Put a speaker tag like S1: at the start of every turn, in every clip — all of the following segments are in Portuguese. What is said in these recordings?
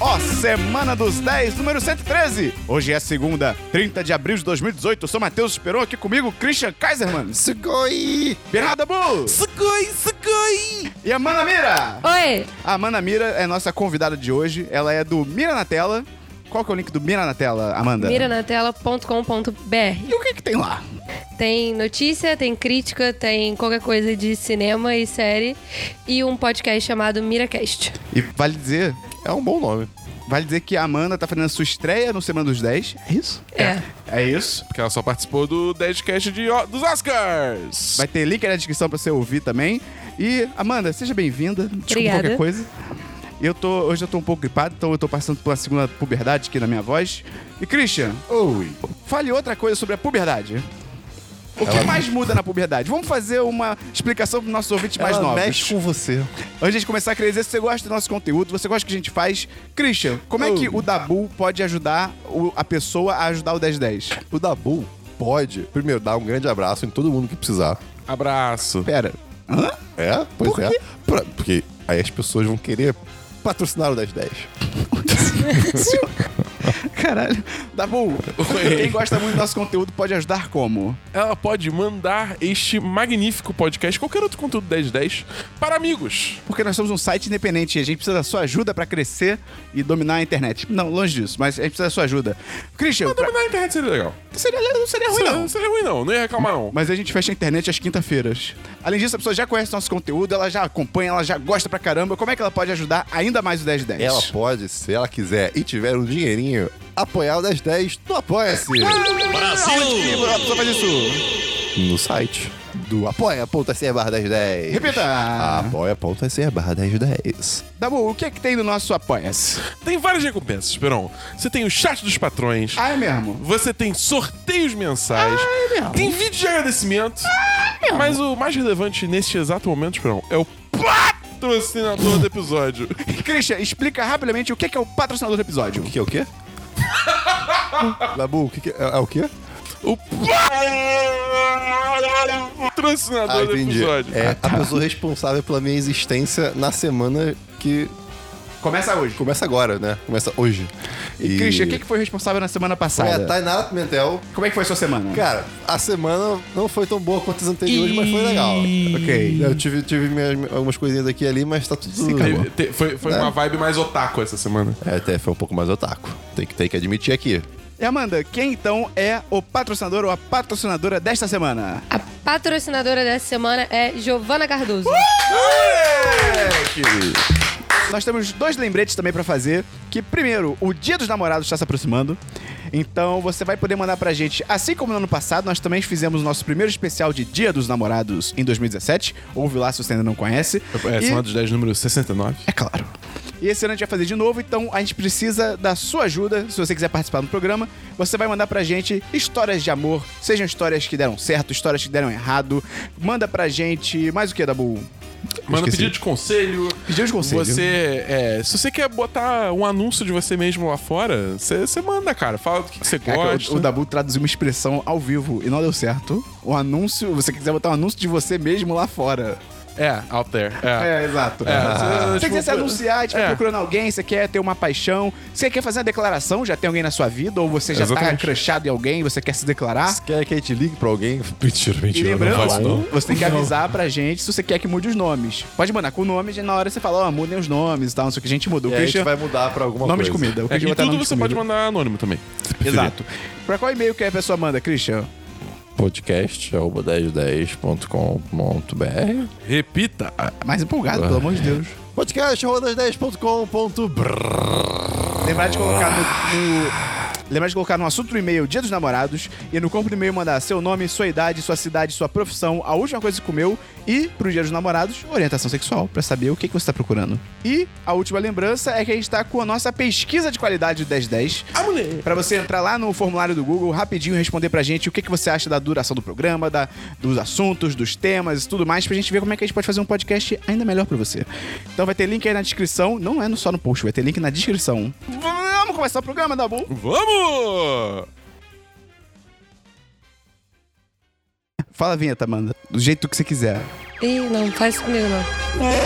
S1: Ó, Semana dos 10, número 113. Hoje é segunda, 30 de abril de 2018. Eu sou Matheus Esperon, aqui comigo, Christian Kaiserman,
S2: Sugoi!
S1: Bernardo Bull
S2: Sugoi, sugoi!
S1: e Amanda Mira.
S3: Oi!
S1: A Amanda Mira é nossa convidada de hoje. Ela é do Mira na Tela. Qual que é o link do Mira na Tela, Amanda?
S3: Miranatela.com.br
S1: E o que que tem lá?
S3: Tem notícia, tem crítica, tem qualquer coisa de cinema e série e um podcast chamado Miracast.
S1: E vale dizer,
S2: É um bom nome.
S1: vale dizer que a Amanda tá fazendo a sua estreia no Semana dos 10.
S2: É isso?
S3: É.
S1: É isso.
S2: Porque ela só participou do 10 cast de, O- dos Oscars!
S1: Vai ter link aí na descrição pra você ouvir também. E, Amanda, seja bem-vinda. Desculpa
S3: Obrigada.
S1: qualquer coisa. Eu tô, hoje eu tô um pouco gripado, então eu tô passando por uma segunda puberdade aqui na minha voz. E, Christian,
S2: Oi!
S1: fale outra coisa sobre a puberdade. O que mais muda na puberdade? Vamos fazer uma explicação pro nosso ouvinte mais
S2: Ela
S1: novos.
S2: mexe com você.
S1: Antes de começar a dizer se você gosta do nosso conteúdo, você gosta do que a gente faz. Christian, como é
S2: Oh.
S1: que o Dabu pode ajudar o- a pessoa a ajudar o 1010?
S4: O Dabu pode, primeiro, dar um grande abraço em todo mundo que precisar.
S2: Abraço.
S1: Pera. Hã?
S4: É? Pois
S1: Por
S4: é.
S1: quê?
S4: Pra- porque aí as pessoas vão querer patrocinar o 1010.
S1: Caralho. Dabu,
S2: Oi.
S1: quem gosta muito do nosso conteúdo pode ajudar como?
S2: Ela pode mandar este magnífico podcast, qualquer outro conteúdo 1010, para amigos.
S1: Porque nós somos um site independente e a gente precisa da sua ajuda pra crescer e dominar a internet. Não, longe disso, mas a gente precisa da sua ajuda. Christian, pra...
S2: Dominar a internet seria legal.
S1: seria, não seria ruim, não.
S2: Não seria ruim, não. Não ia reclamar, não.
S1: Mas a gente fecha a internet às quinta-feiras. Além disso, a pessoa já conhece nosso conteúdo, ela já acompanha, ela já gosta pra caramba. Como é que ela pode ajudar ainda mais o 1010?
S4: Ela pode, se ela quiser e tiver um dinheirinho, apoiar o 1010 no Apoia-se.
S1: A pessoa faz isso.
S4: No site do apoia.se barra 1010.
S1: Repita.
S4: Apoia.se barra 1010.
S1: Dabu, o que é que tem no nosso Apoia-se?
S2: Tem várias recompensas, Esperão. Você tem o chat dos patrões.
S1: Ah, é mesmo?
S2: Você tem sorteios mensais. tem vídeo de agradecimento. mas o mais relevante neste exato momento, Esperão, é o patrocinador do episódio.
S1: Christian, explica rapidamente o que é, que é o patrocinador do episódio.
S4: O que é o quê? Dabu, o que, que é, é o quê?
S2: O patrocinador
S4: Ah,
S2: do
S4: entendi.
S2: episódio.
S4: É a
S1: tá.
S4: pessoa responsável pela minha existência na semana que
S1: Começa hoje.
S4: Começa agora, né? Começa hoje.
S1: E, Christian, o que que foi responsável na semana
S4: foi a
S1: passada?
S4: Tainara Pimentel.
S1: Como é que foi a sua semana?
S4: Cara, a semana não foi tão boa quanto as anteriores, mas foi legal.
S1: Ok.
S4: Eu tive, tive minhas- algumas coisinhas aqui e ali, mas tá tudo...
S2: Teve- te- foi foi
S4: É.
S2: uma vibe mais otaku essa semana.
S4: É, até foi um pouco mais otaku. Tem que, tem que admitir aqui.
S1: E Amanda, quem então é o patrocinador ou a patrocinadora desta semana?
S3: A patrocinadora dessa semana é Giovana Cardoso.
S1: Nós temos dois lembretes também pra fazer, que primeiro, o Dia dos Namorados está se aproximando. Então você vai poder mandar pra gente, assim como no ano passado, nós também fizemos o nosso primeiro especial de Dia dos Namorados em 2017. Ouve lá se você ainda não conhece.
S2: É,
S1: E-
S2: semana dos 10, número 69.
S1: É claro. E esse ano a gente vai fazer de novo, então a gente precisa da sua ajuda. Se você quiser participar do programa, você vai mandar pra gente histórias de amor, sejam histórias que deram certo, histórias que deram errado. Manda pra gente mais o que, Dabu?
S2: Manda
S1: É,
S2: um
S1: Esqueci.
S2: pedido de conselho.
S1: Pedido de conselho.
S2: Você, é, se você quer botar um anúncio de você mesmo lá fora, você você manda, cara. Fala do que que você
S1: Caraca,
S2: gosta.
S1: É, o, o Dabu traduziu uma expressão ao vivo e não deu certo. O anúncio, você quiser botar um anúncio de você mesmo lá fora.
S2: É, out there. É.
S1: É, exato.
S2: É, você-
S1: você
S2: tipo,
S1: quiser se anunciar, tipo,
S2: é.
S1: procurando alguém, você quer ter uma paixão, você quer fazer uma declaração, já tem alguém na sua vida, ou você já tá
S2: Exatamente.
S1: crushado em alguém, você quer se declarar.
S4: Se quer que a gente ligue pra alguém... Mentira,
S1: E
S4: mentira.
S1: lembrando,
S4: não faço, não.
S2: É,
S1: você tem que avisar pra gente se você quer que mude os nomes. Pode mandar com o nome, e na hora você fala, ó, mudem os nomes e tal, não sei o que. A gente mudou.
S4: E
S1: O
S4: aí a gente
S1: Christian,
S4: vai mudar pra alguma
S1: nome de
S4: coisa.
S1: comida. O
S2: É,
S1: Christian vai
S2: e
S1: botar
S2: tudo
S1: nome de
S2: você pode
S1: comida.
S2: mandar anônimo também.
S1: Exato. Pra qual e-mail que a pessoa manda, Christian?
S4: Podcast, arroba 1010.com.br
S2: Repita.
S1: É Mais empolgado,
S2: Ah.
S1: pelo amor de Deus.
S4: Podcast, arroba 1010.com.br
S1: Lembrar de colocar no... no- Lembrar de colocar no assunto do e-mail Dia dos Namorados e no corpo do e-mail mandar seu nome, sua idade, sua cidade, sua profissão, a última coisa que comeu e, pro Dia dos Namorados, orientação sexual, pra saber o que, que você tá procurando. E a última lembrança é que a gente tá com a nossa pesquisa de qualidade do 1010,
S2: A mulher.
S1: Pra você entrar lá no formulário do Google rapidinho e responder pra gente o que, que você acha da duração do programa, da, dos assuntos, dos temas e tudo mais, pra gente ver como é que a gente pode fazer um podcast ainda melhor pra você. Então vai ter link aí na descrição, não é no- só no post, vai ter link na descrição. Vamos começar o programa, Dabu?
S2: Vamos!
S1: Fala a vinheta, Amanda, do jeito que você quiser.
S3: Ih, não, faz isso comigo não.
S2: Não.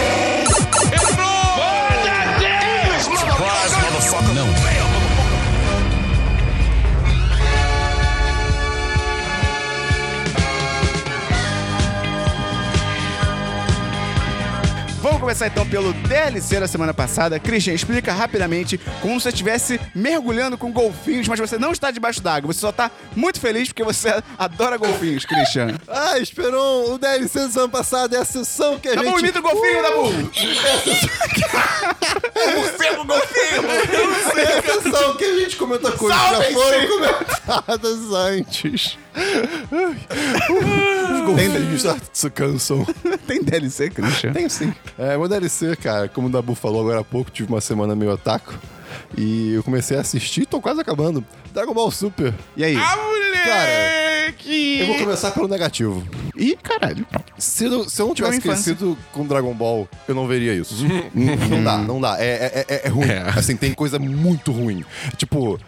S1: Vamos começar então pelo DLC da semana passada. Christian, explica rapidamente como se você estivesse mergulhando com golfinhos, mas você não está debaixo d'água. Você só está muito feliz porque você adora golfinhos, Christian.
S4: Ah, esperou o DLC do ano passado, é a sessão que a
S1: Dabu,
S4: gente...
S1: imita o golfinho, Dabu!
S2: Morcego golfinho!
S4: É a sessão que a gente comentou coisas que já foram comentadas antes. Os golfinhos já se cansam.
S1: Tem DLC, Christian?
S4: Tenho sim. É, meu DLC, cara, como o Dabu falou agora há pouco, tive uma semana meio otaku. E eu comecei a assistir, tô quase acabando. Dragon Ball Super.
S1: E aí?
S2: Ah, moleque!
S4: Eu vou começar pelo negativo.
S1: Ih, caralho.
S4: Se eu, se eu não tivesse
S1: infância.
S4: crescido com Dragon Ball, eu não veria isso. não dá, não dá. É, é- é- é ruim.
S2: É.
S4: Assim, tem coisa muito ruim. Tipo,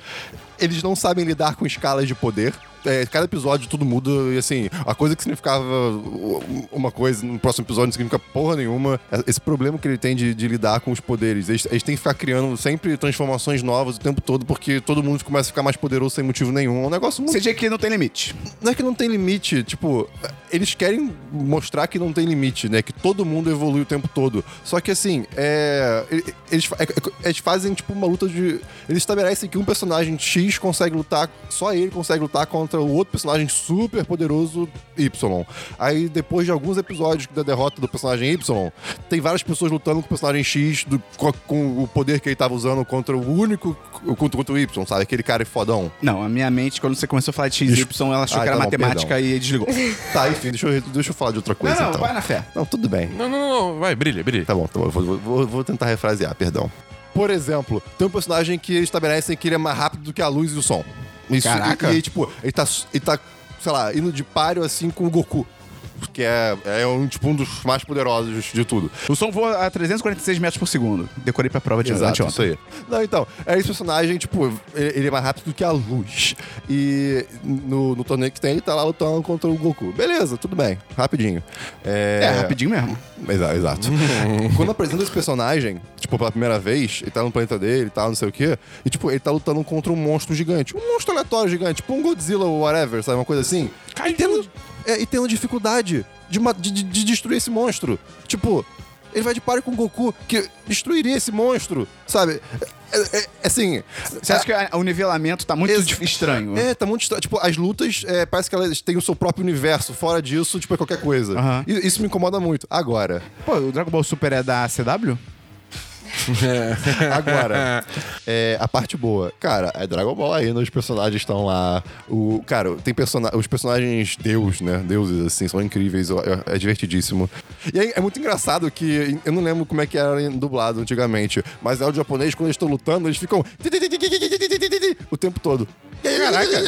S4: eles não sabem lidar com escalas de poder. É, cada episódio tudo muda e assim, a coisa que significava u- uma coisa no próximo episódio não significa porra nenhuma. É- Esse problema que ele tem de, de lidar com os poderes. Eles, eles têm que ficar criando sempre transformações novas o tempo todo, porque todo mundo começa a ficar mais poderoso sem motivo nenhum. É um negócio muito
S1: Você diz que não tem limite.
S4: não é que não tem limite, tipo, eles querem mostrar que não tem limite, né? Que todo mundo evolui o tempo todo. Só que assim, é. e- Eles, fa- é- é- eles fazem, tipo, uma luta de. Eles estabelecem que um personagem X consegue lutar, só ele consegue lutar contra o outro personagem super poderoso Y. Aí, depois de alguns episódios da derrota do personagem Y, tem várias pessoas lutando com o personagem X do- com, com o poder que ele tava usando contra o único. Contra, contra o Y, sabe? Aquele cara é fodão.
S1: Não, a minha mente, quando você começou a falar de XY, ela achou
S4: Ah,
S1: que era
S4: tá bom,
S1: matemática e desligou.
S4: Tá, enfim, deixa eu, deixa eu falar de outra coisa
S1: não, não,
S4: então.
S1: vai na fé.
S4: Não, tudo bem.
S2: Não, não, não, não, vai, brilha, brilha.
S4: Tá bom, tá bom. Eu Vou, vou- vou, vou tentar refrasear, perdão. Por exemplo, tem um personagem que eles estabelecem que ele é mais rápido do que a luz e o som. Isso,
S1: Caraca.
S4: E, e, tipo, ele tá, ele tá, sei lá, indo de páreo assim com o Goku. Que é, é um, tipo, um dos mais poderosos de tudo.
S1: O som voa a 346 metros por segundo. Decorei pra prova de
S4: Exato,
S1: anteontem.
S4: isso aí. Não, então, é esse personagem, tipo, ele, ele é mais rápido que a luz. E no, no torneio que tem, ele tá lá lutando contra o Goku. Beleza, tudo bem. Rapidinho.
S1: É, rapidinho mesmo.
S4: Exato, exato. Quando apresenta esse personagem, tipo, pela primeira vez, ele tá no planeta dele e tal, não sei o quê, e tipo, ele tá lutando contra um monstro gigante. Um monstro aleatório gigante, tipo um Godzilla ou whatever, sabe? Uma coisa assim.
S2: Cai
S4: e, tendo, é, e tendo dificuldade de, ma- de- de- de destruir esse monstro. Tipo, ele vai de páreo com o Goku, que destruiria esse monstro, sabe? É- é- é assim.
S1: Você acha que a- o nivelamento tá muito
S4: Ex-
S1: dif- estranho?
S4: É, tá muito estranho. Tipo, as lutas, é, parece que elas têm o seu próprio universo. Fora disso, tipo, é qualquer coisa.
S1: Aham.
S4: E- Isso me incomoda muito. Agora,
S1: Pô, o Dragon Ball Super é da CW?
S4: Agora, é, a parte boa. Cara, é Dragon Ball ainda, os personagens estão lá. O, cara, tem persona os personagens deus, né? Deuses, assim, são incríveis. eu- eu- é divertidíssimo. E aí, é muito engraçado que eu não lembro como é que era em- dublado antigamente, mas é o japonês, quando eles estão lutando, eles ficam o tempo todo. Caraca!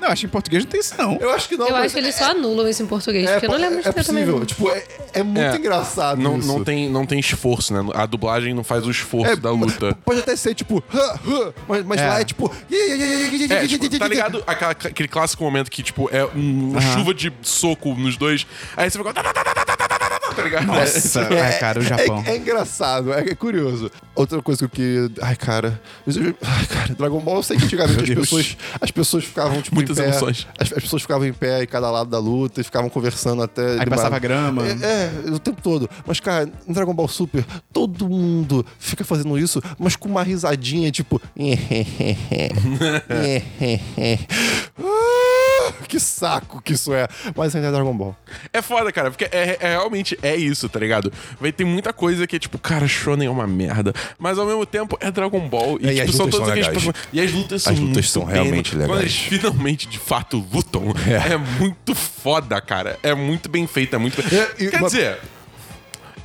S1: Não, acho que em português não tem isso, não.
S4: Eu acho que não.
S3: Eu
S4: mas-
S3: acho que eles só anulam isso em português, porque eu não lembro de
S4: é
S3: ter também.
S4: possível. Tipo, é, é muito
S2: É.
S4: engraçado
S2: Não,
S4: isso.
S2: não, tem, não tem esforço, né? A dublagem não faz o esforço da luta.
S4: Pode até ser, tipo, "Hã, hã", mas, mas
S1: É.
S4: lá é tipo.
S2: É, tipo, tá ligado aquela- aquele clássico momento que, tipo, é um- uma chuva de soco nos dois, aí você fica... Tá, tá, tá, tá, tá, tá, tá, tá, tá, tá ligado?
S1: Nossa, ai, cara, o Japão.
S4: É, é engraçado, é, é curioso. Outra coisa que eu queria. Ai, cara. eu- Ai, cara, Dragon Ball, eu sei que antigamente
S2: Meu
S4: as
S2: Deus.
S4: pessoas, as pessoas ficavam, tipo,
S2: Muitas
S4: em pé.
S2: emoções.
S4: As, as pessoas ficavam em pé em cada lado da luta e ficavam conversando até.
S1: Aí passava grama.
S4: É, é, o tempo todo. Mas, cara, no Dragon Ball Super, todo mundo fica fazendo isso, mas com uma risadinha, tipo. Ah, que saco que isso é. Mas ainda é Dragon Ball.
S2: É foda, cara, porque é, é- realmente é isso, tá ligado? Vai ter muita coisa que é tipo, cara, Shonen é uma merda, mas ao mesmo tempo é Dragon Ball e,
S4: É, e
S2: tipo,
S4: as
S2: são
S4: lutas
S2: todos
S4: são
S2: aqueles
S4: legais.
S2: personagens- E as lutas são
S4: As lutas
S2: muito
S4: são
S2: bem-
S4: realmente
S2: Quando
S4: legais.
S2: eles finalmente de fato lutam, é, muito foda, cara. É muito bem feito, é muito bem...
S4: É, e
S2: Quer
S4: uma-
S2: dizer,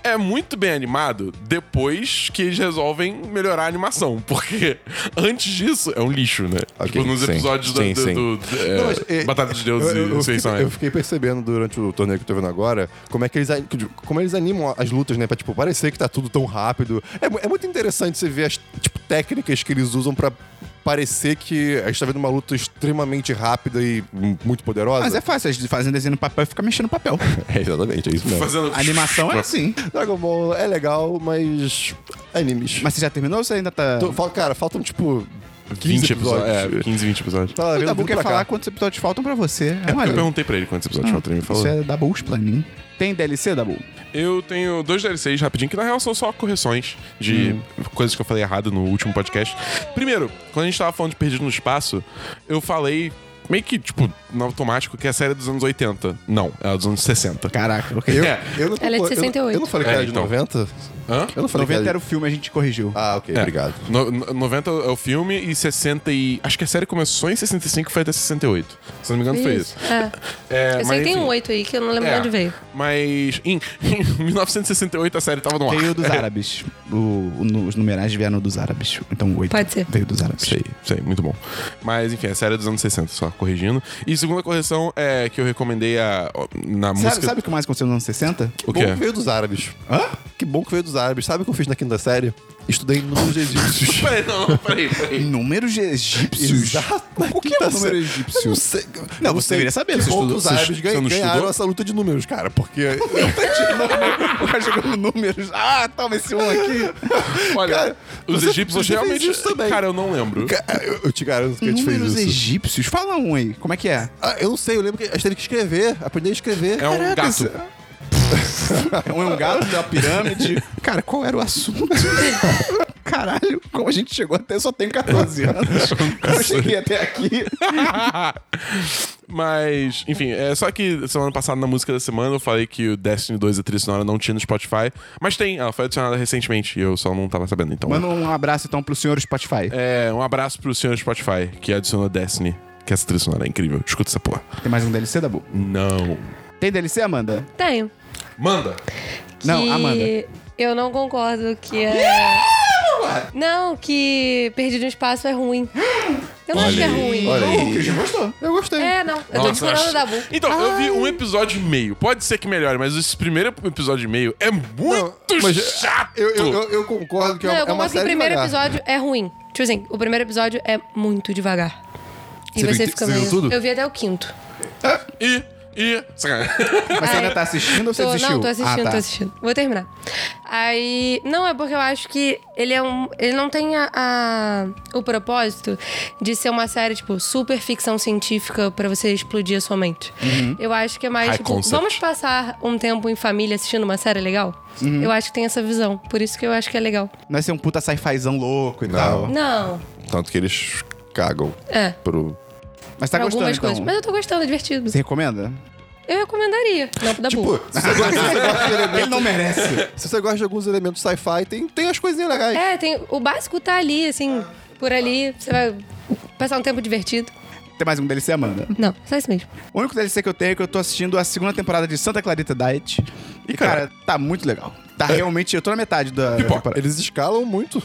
S2: é muito bem animado depois que eles resolvem melhorar a animação, porque antes disso é um lixo, né?
S4: Ok,
S2: tipo, nos
S4: sim.
S2: episódios da-
S4: Sim,
S2: do,
S4: sim.
S2: do- do- é,
S4: Não, mas, é,
S2: Batalha dos Deuses
S4: eu,
S2: e né?
S4: eu,
S2: Inseção,
S4: fiquei, eu fiquei percebendo durante o torneio que eu tô vendo agora como é que eles, an- como eles animam as lutas, né? Pra, tipo, parecer que tá tudo tão rápido. É, mu- é muito interessante você ver as tipo, técnicas que eles usam pra parecer que a gente tá vendo uma luta extremamente rápida e hum, muito poderosa.
S1: Mas é fácil, eles fazem desenho no papel e ficam mexendo no papel.
S4: É, exatamente, é isso mesmo.
S2: fazendo
S1: A animação é assim.
S4: Dragon Ball é legal, mas animes.
S1: Mas você já terminou ou você ainda tá.
S4: Tô- fal- cara, faltam tipo 15
S2: 20 episódios.
S4: episódios.
S2: É, 15, 20 episódios.
S4: Tá
S1: O
S4: vendo
S1: Dabu
S4: vindo
S1: quer
S4: pra cá.
S1: falar quantos episódios faltam pra você. É uma
S2: Eu
S1: lei.
S2: perguntei pra ele quantos episódios faltam, ele me falou.
S1: Isso é Dabu's planning. Tem DLC, Dabu?
S2: Eu tenho dois DLCs rapidinho, que na real são só correções de coisas que eu falei errado no último podcast. Primeiro, quando a gente tava falando de Perdido no Espaço, eu falei meio que, tipo, no automático que a série é dos anos 80. Não, é dos anos 60.
S1: Caraca, ok.
S4: Eu,
S2: É.
S4: eu não,
S3: Ela é de
S4: eu não-
S3: 68.
S4: Eu não falei que
S2: É,
S4: era de
S2: então.
S4: 90?
S2: Hã?
S4: Eu não falei
S1: 90
S4: que
S1: era
S4: era
S1: o filme, a gente corrigiu.
S4: Ah, ok,
S2: É.
S4: obrigado.
S2: No, no- 90 é o filme e 60 e... Acho que a série começou em 65 e foi até 68. Se não me engano, foi isso.
S3: É.
S2: É,
S3: Eu
S2: mas
S3: sei que tem
S2: enfim.
S3: um oito aí que eu não lembro de onde veio.
S2: É, Mas em, em 1968 a série tava no ar.
S1: Veio dos
S4: Ah.
S1: árabes. O- o- no- os numerais vieram dos árabes. Então, oito.
S3: Pode ser.
S1: Veio dos árabes.
S2: Sei, sei, muito bom. Mas enfim, a série é dos anos 60, só corrigindo. E segunda correção é que eu recomendei a, na música.
S1: Sabe, sabe o que mais aconteceu nos anos 60?
S2: O
S4: Bom
S2: quê?
S4: que veio dos árabes.
S1: Hã?
S4: Que bom que veio dos árabes. Sabe o que eu fiz na quinta série? Estudei números egípcios.
S2: Peraí, não, não, peraí, peraí.
S1: Números egípcios.
S4: Exato.
S1: O que é um número egípcio?
S4: Eu não sei.
S1: Não,
S4: Eu
S1: você deveria saber,
S4: Que
S1: você
S4: bom que
S1: estudou-
S4: os
S1: você-
S4: árabes
S2: você
S4: ganha-
S2: não
S4: ganharam
S2: estudou?
S4: essa luta de números, cara. Porque
S1: O cara jogando números. Ah, toma esse um aqui.
S2: Olha,
S4: Cara,
S2: os
S4: você-
S2: egípcios
S4: você fez
S2: realmente.
S4: isso também.
S2: Cara, eu não lembro.
S4: Cara, eu, eu te garanto que a gente
S1: Números
S4: fez isso.
S1: egípcios? Fala um aí. Como é que é?
S4: Ah, eu não sei, eu lembro que a gente teve que escrever, aprender a escrever.
S2: É um gato.
S1: esse- Um é um gato da pirâmide. Cara, qual era o assunto? Caralho, como a gente chegou até, eu só tenho 14 anos. Como eu cheguei até aqui.
S2: Mas, enfim, é só que semana passada na música da semana eu falei que o Destiny 2 a trilha sonora não tinha no Spotify, mas tem, ela foi adicionada recentemente e eu só não tava sabendo, então.
S1: Manda um abraço então pro senhor Spotify.
S2: É, um abraço pro senhor Spotify que adicionou Destiny, que essa trilha sonora é incrível. Escuta essa porra.
S1: Tem mais um DLC, Dabu?
S2: Não.
S1: Tem DLC, Amanda?
S3: Tenho.
S2: Manda.
S1: Não,
S3: que
S1: Amanda.
S3: Eu não concordo que é. Não, que Perdido no Espaço é ruim. Eu não acho que é ruim.
S4: Olha
S1: O
S4: aí.
S1: Christian gostou.
S4: Eu é gostei.
S3: É, não. Eu tô
S2: Nossa,
S3: discordando
S2: acho-
S3: da Bu.
S2: Então, eu vi um episódio e meio. Pode ser que melhore, mas esse primeiro episódio e meio é muito chato.
S4: Eu, eu, eu- eu concordo que
S3: Não,
S4: é,
S3: eu
S4: uma- é
S3: concordo
S4: uma
S3: que o
S4: série
S3: primeiro
S4: devagar.
S3: episódio é ruim. Tipo assim, o primeiro episódio é muito devagar. E
S4: Você
S3: você,
S4: viu-
S3: fica
S4: você viu
S3: meio.
S4: tudo?
S3: Eu vi até o quinto.
S2: E. E. sacanagem.
S1: Mas você
S3: Ai.
S1: ainda tá assistindo ou você
S3: Tô-
S1: desistiu?
S3: Não, tô assistindo,
S1: Ah, tá.
S3: tô assistindo. Vou terminar. Aí. Não, é porque eu acho que ele é um. Ele não tem a, a- o propósito de ser uma série, tipo, super ficção científica pra você explodir a sua mente.
S1: Uhum.
S3: Eu acho que é mais,
S2: High
S3: tipo,
S2: concept.
S3: vamos passar um tempo em família assistindo uma série legal?
S1: Uhum.
S3: Eu acho que tem essa visão. Por isso que eu acho que é legal.
S1: Não é ser um puta sci-fizão louco e tal.
S3: Não.
S4: Tanto que eles cagam
S3: É.
S4: pro...
S1: Mas tá
S3: pra
S1: gostando,
S3: algumas
S1: então.
S3: coisas. Mas eu tô gostando, é divertido.
S1: Você recomenda?
S3: Eu recomendaria. Não, da
S4: Tipo,
S3: boa.
S4: se você gosta, se você gosta de, elementos-
S1: Ele não merece.
S4: se você gosta de alguns elementos sci-fi, tem, tem as coisinhas legais.
S3: É, tem, o básico tá ali, assim, por ali. Você vai passar um tempo divertido.
S1: Tem mais um DLC, Amanda?
S3: Não, só isso mesmo.
S1: O único DLC que eu tenho é que eu tô assistindo a segunda temporada de Santa Clarita Diet. E, cara, tá muito legal. Tá realmente... Eu tô na metade da... da
S2: Pipoca.
S1: temporada.
S4: Eles escalam muito.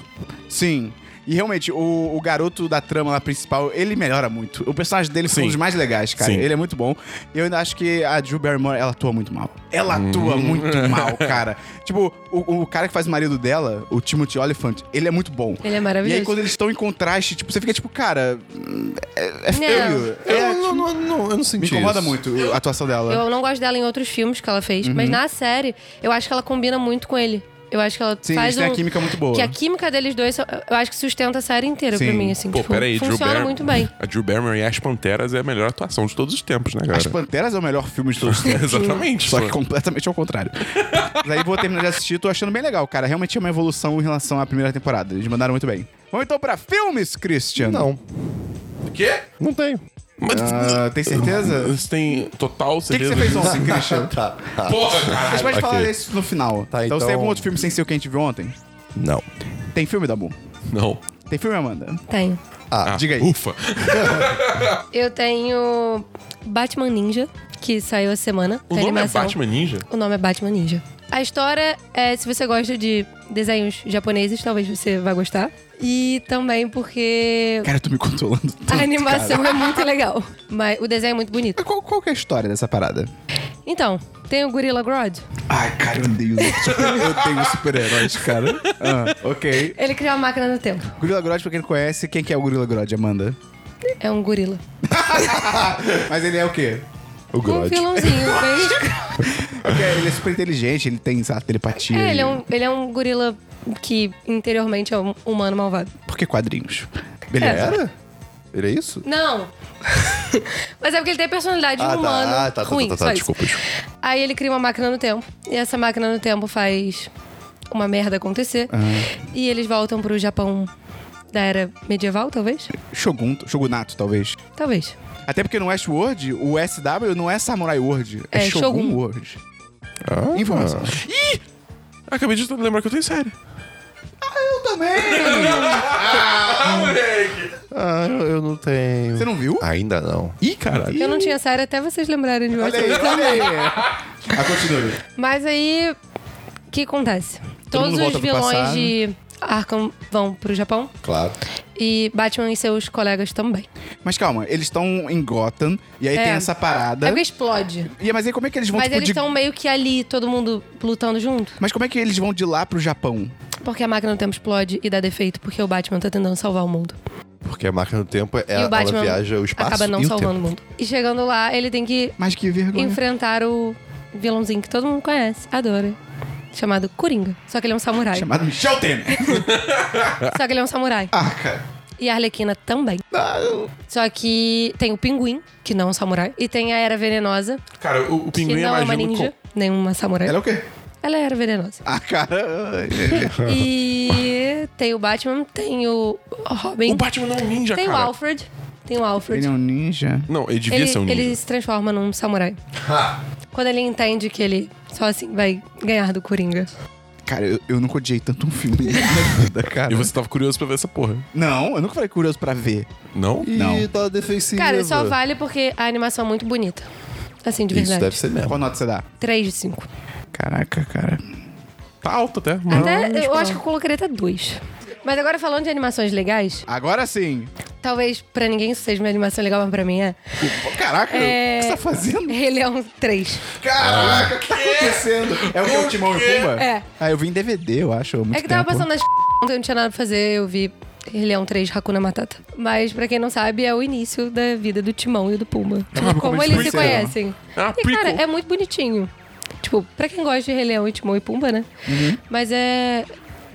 S1: Sim. E realmente, o, o garoto da trama lá principal, ele melhora muito. O personagem dele foi
S2: Sim.
S1: um dos mais legais, cara.
S2: Sim.
S1: Ele é muito bom. E eu ainda acho que a Drew Barrymore, ela atua muito mal. Ela atua muito mal, cara. Tipo, o, o cara que faz o marido dela, o Timothy Oliphant, ele é muito bom.
S3: Ele é
S1: E
S3: maravilhoso.
S1: aí, quando eles estão em contraste, tipo, você fica tipo, cara, hum, é, é
S3: Não.
S1: feio. É,
S4: eu,
S1: tipo,
S4: não, não, não, eu não
S1: me
S4: senti
S1: incomoda
S4: isso.
S1: muito a atuação dela.
S3: Eu não gosto dela em outros filmes que ela fez, mas
S1: Uhum.
S3: na série, eu acho que ela combina muito com ele. Eu acho que ela
S1: Sim,
S3: faz
S1: eles têm
S3: um...
S1: a química muito boa.
S3: Que a química deles dois, eu acho que sustenta a série inteira
S1: Sim.
S3: pra mim, assim.
S2: Pô,
S3: tipo,
S2: peraí, Drew
S3: funciona
S2: Barrymore.
S3: muito bem.
S2: A Drew Barrymore e as Panteras é a melhor atuação de todos os tempos, né,
S1: As
S2: galera?
S1: Panteras é o melhor filme de todos os tempos.
S2: Exatamente.
S1: Só
S2: pô.
S1: que completamente ao contrário. Mas aí vou terminar de assistir, tô achando bem legal, cara. Realmente é uma evolução em relação à primeira temporada. Eles mandaram muito bem. Vamos então pra filmes, Christian.
S4: Não,
S2: Quê?
S4: não tem.
S2: Mas,
S1: Ah, tem certeza?
S2: Você tem total
S1: O que, que
S2: certeza?
S1: você fez
S2: disso?
S1: ontem, Christian?
S4: Tá.
S2: Porra,
S1: A gente
S2: caralho.
S1: pode falar
S4: Ok.
S1: isso no final.
S4: Tá,
S1: então, se tem
S4: então-
S1: algum outro filme sem ser o que a gente viu ontem?
S4: Não.
S1: Tem filme, Dabu?
S2: Não.
S1: Tem filme, Amanda?
S3: Tenho.
S4: Ah,
S2: Ah,
S1: diga aí.
S2: Ufa.
S3: Eu tenho Batman Ninja, que saiu essa semana.
S2: O
S3: a
S2: nome é
S3: animação.
S2: Batman Ninja?
S3: O nome é Batman Ninja. A história é, se você gosta de desenhos japoneses, talvez você vá gostar. E também porque
S1: Cara, eu tô me controlando tanto,
S3: a
S1: cara.
S3: animação é muito legal. Mas o desenho é muito bonito.
S1: Mas Qual, qual que é a história dessa parada?
S3: Então, tem o Gorilla Grodd.
S1: Ai, cara, eu odeio, eu odeio super-heróis, cara. Ah, ok.
S3: Ele criou a máquina do tempo.
S1: Gorila Grodd, pra quem não conhece, quem que é o Gorila Grodd, Amanda?
S3: É um gorila.
S1: Mas ele é o quê?
S4: o
S3: Um
S4: Grodd.
S3: vilãozinho. bem...
S1: Porque ele é super inteligente, ele tem, sei lá, telepatia.
S3: É, ele é, um, ele é um gorila que interiormente é um humano malvado.
S1: Por que quadrinhos?
S4: Ele
S1: Beleza.
S4: era? Ele é isso?
S3: Não! Mas é porque ele tem a personalidade de
S4: Ah,
S3: um
S4: tá.
S3: humano.
S4: Ah, tá, tá,
S3: ruim,
S4: tá, tá,
S3: só
S4: tá,
S3: isso.
S4: desculpa, desculpa.
S3: Aí ele cria uma máquina no tempo. E essa máquina no tempo faz uma merda acontecer. E eles voltam pro Japão da era medieval, talvez?
S1: Shogun, Shogunato, talvez.
S3: Talvez.
S1: Até porque no Westworld, o SW não é Samurai World, é,
S3: É,
S1: Shogun,
S3: Shogun.
S1: World.
S2: Ah.
S1: Informação.
S2: Acabei de lembrar que eu tenho série.
S1: Eu também!
S4: Ah, eu, eu não tenho.
S1: Você não viu?
S4: Ainda não.
S2: Ih, caralho.
S3: Eu não tinha série até vocês lembrarem de
S1: Olha aí,
S3: Westworld.
S1: olha aí. Ah, continue.
S3: Mas aí, o que acontece? Todos
S1: mundo
S3: os
S1: volta pro
S3: vilões
S1: passado.
S3: de Arkham vão pro Japão.
S4: Claro.
S3: E Batman e seus colegas também.
S1: Mas calma, eles estão em Gotham, e aí
S3: É.
S1: tem essa parada.
S3: É porque explode.
S1: E, mas aí como é que
S4: Um
S1: eles vão,
S3: Mas
S1: tipo,
S3: eles
S1: de...
S3: estão meio que ali, todo mundo lutando junto.
S1: Mas como é que eles vão de lá pro Japão?
S3: Porque a máquina do tempo explode e dá defeito, porque o Batman tá tentando salvar o mundo.
S4: Porque a máquina do tempo, é,
S3: e o
S4: ela
S3: Batman
S4: viaja o espaço
S3: acaba não
S4: e o
S3: salvando
S4: tempo. né?
S3: o mundo. E chegando lá, ele tem que
S1: Mas que vergonha.
S3: enfrentar o vilãozinho que todo mundo conhece, adora. Chamado Coringa. Só que ele é um samurai.
S1: Chamado Michel Temer.
S3: Só que ele é um samurai.
S1: ah, cara.
S3: E a Arlequina também. Só que tem o Pinguim, que não é um samurai. E tem a Era Venenosa,
S2: Cara, o, o
S3: que
S2: pinguim é
S3: não é
S2: mais
S3: uma
S2: lindo
S3: ninja,
S2: com-
S3: nenhuma samurai.
S1: Ela é o quê?
S2: um
S3: Ela é a Era Venenosa.
S1: Ah, cara.
S3: E tem o Batman, tem o Robin,
S2: O Batman não é um ninja,
S3: tem o
S2: cara.
S3: Alfred. Tem o Alfred.
S1: Ele é um ninja.
S2: Não, ele devia
S3: Ele,
S2: ser um ninja.
S3: ele se transforma num samurai. Quando ele entende que ele só assim vai ganhar do Coringa.
S1: Cara, eu, eu nunca odiei tanto um filme na minha vida, cara.
S2: E você tava curioso pra ver essa porra.
S1: Não, eu nunca falei curioso pra ver.
S2: Não?
S4: E
S1: Não.
S4: tá defensiva.
S3: Cara, é só vale porque a animação é muito bonita. Assim, de
S4: Isso
S3: verdade.
S4: deve ser mesmo.
S1: Qual nota você dá?
S3: 3 de 5.
S1: Caraca, cara.
S2: Tá alto até. mas-
S3: Até,
S2: tá.
S3: eu acho que eu colocaria até 2. Mas agora falando de animações legais,
S1: Agora sim.
S3: talvez pra ninguém isso seja uma animação legal, mas pra mim é.
S1: Caraca, o
S3: É.
S1: que você tá fazendo?
S3: Ele é um 3.
S1: Caraca, o que tá acontecendo? É o que? O Timão e o Pumba?
S3: É.
S1: Ah, eu vi em DVD, eu acho. há muito
S3: É que tava
S1: tempo.
S3: passando nas p... ontem, eu não tinha nada pra fazer, eu vi Ele é um 3 Hakuna Matata. Mas pra quem não sabe, é o início da vida do Timão e do Pumba.
S1: uma
S3: Como
S1: comédia
S3: eles se
S1: prequel.
S3: conhecem.
S2: Ah,
S3: e, cara,
S2: prequel.
S3: é muito bonitinho. Tipo, pra quem gosta de Rei Leão e Timão e Pumba, né? Mas é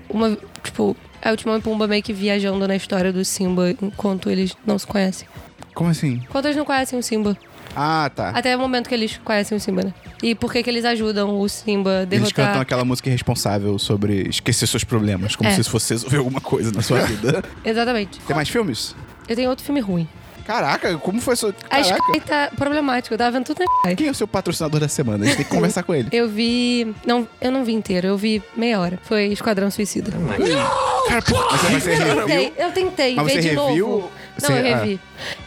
S3: uma, tipo, é o Timão e Pumba meio que viajando na história do Simba enquanto eles não se conhecem.
S1: Como assim?
S3: Enquanto eles não conhecem o Simba.
S1: Ah, tá.
S3: Até o momento que eles conhecem o Simba, né? E por que que eles ajudam o Simba a
S1: Eles cantam
S3: derrotar...
S1: aquela música irresponsável sobre esquecer seus problemas, como
S3: É.
S1: se isso fosse resolver alguma coisa na sua vida.
S3: Exatamente.
S1: Tem mais filmes?
S3: Eu tenho outro filme ruim.
S1: Caraca, como foi sua.
S3: A
S1: Caraca.
S3: Sky tá problemática. Eu tava vendo tudo na Sky.
S1: Quem é o seu patrocinador da semana? A gente tem que conversar com ele.
S3: Eu vi. Não, eu não vi inteiro, eu vi meia hora. Foi Esquadrão Suicida.
S2: Cara, por
S1: Mas é
S2: quê?
S1: você
S3: eu
S1: reviu?
S3: tentei, eu tentei
S1: Mas
S3: ver
S1: você
S3: de
S1: reviu?
S3: novo.
S1: Você- ah.
S3: Não, eu revi.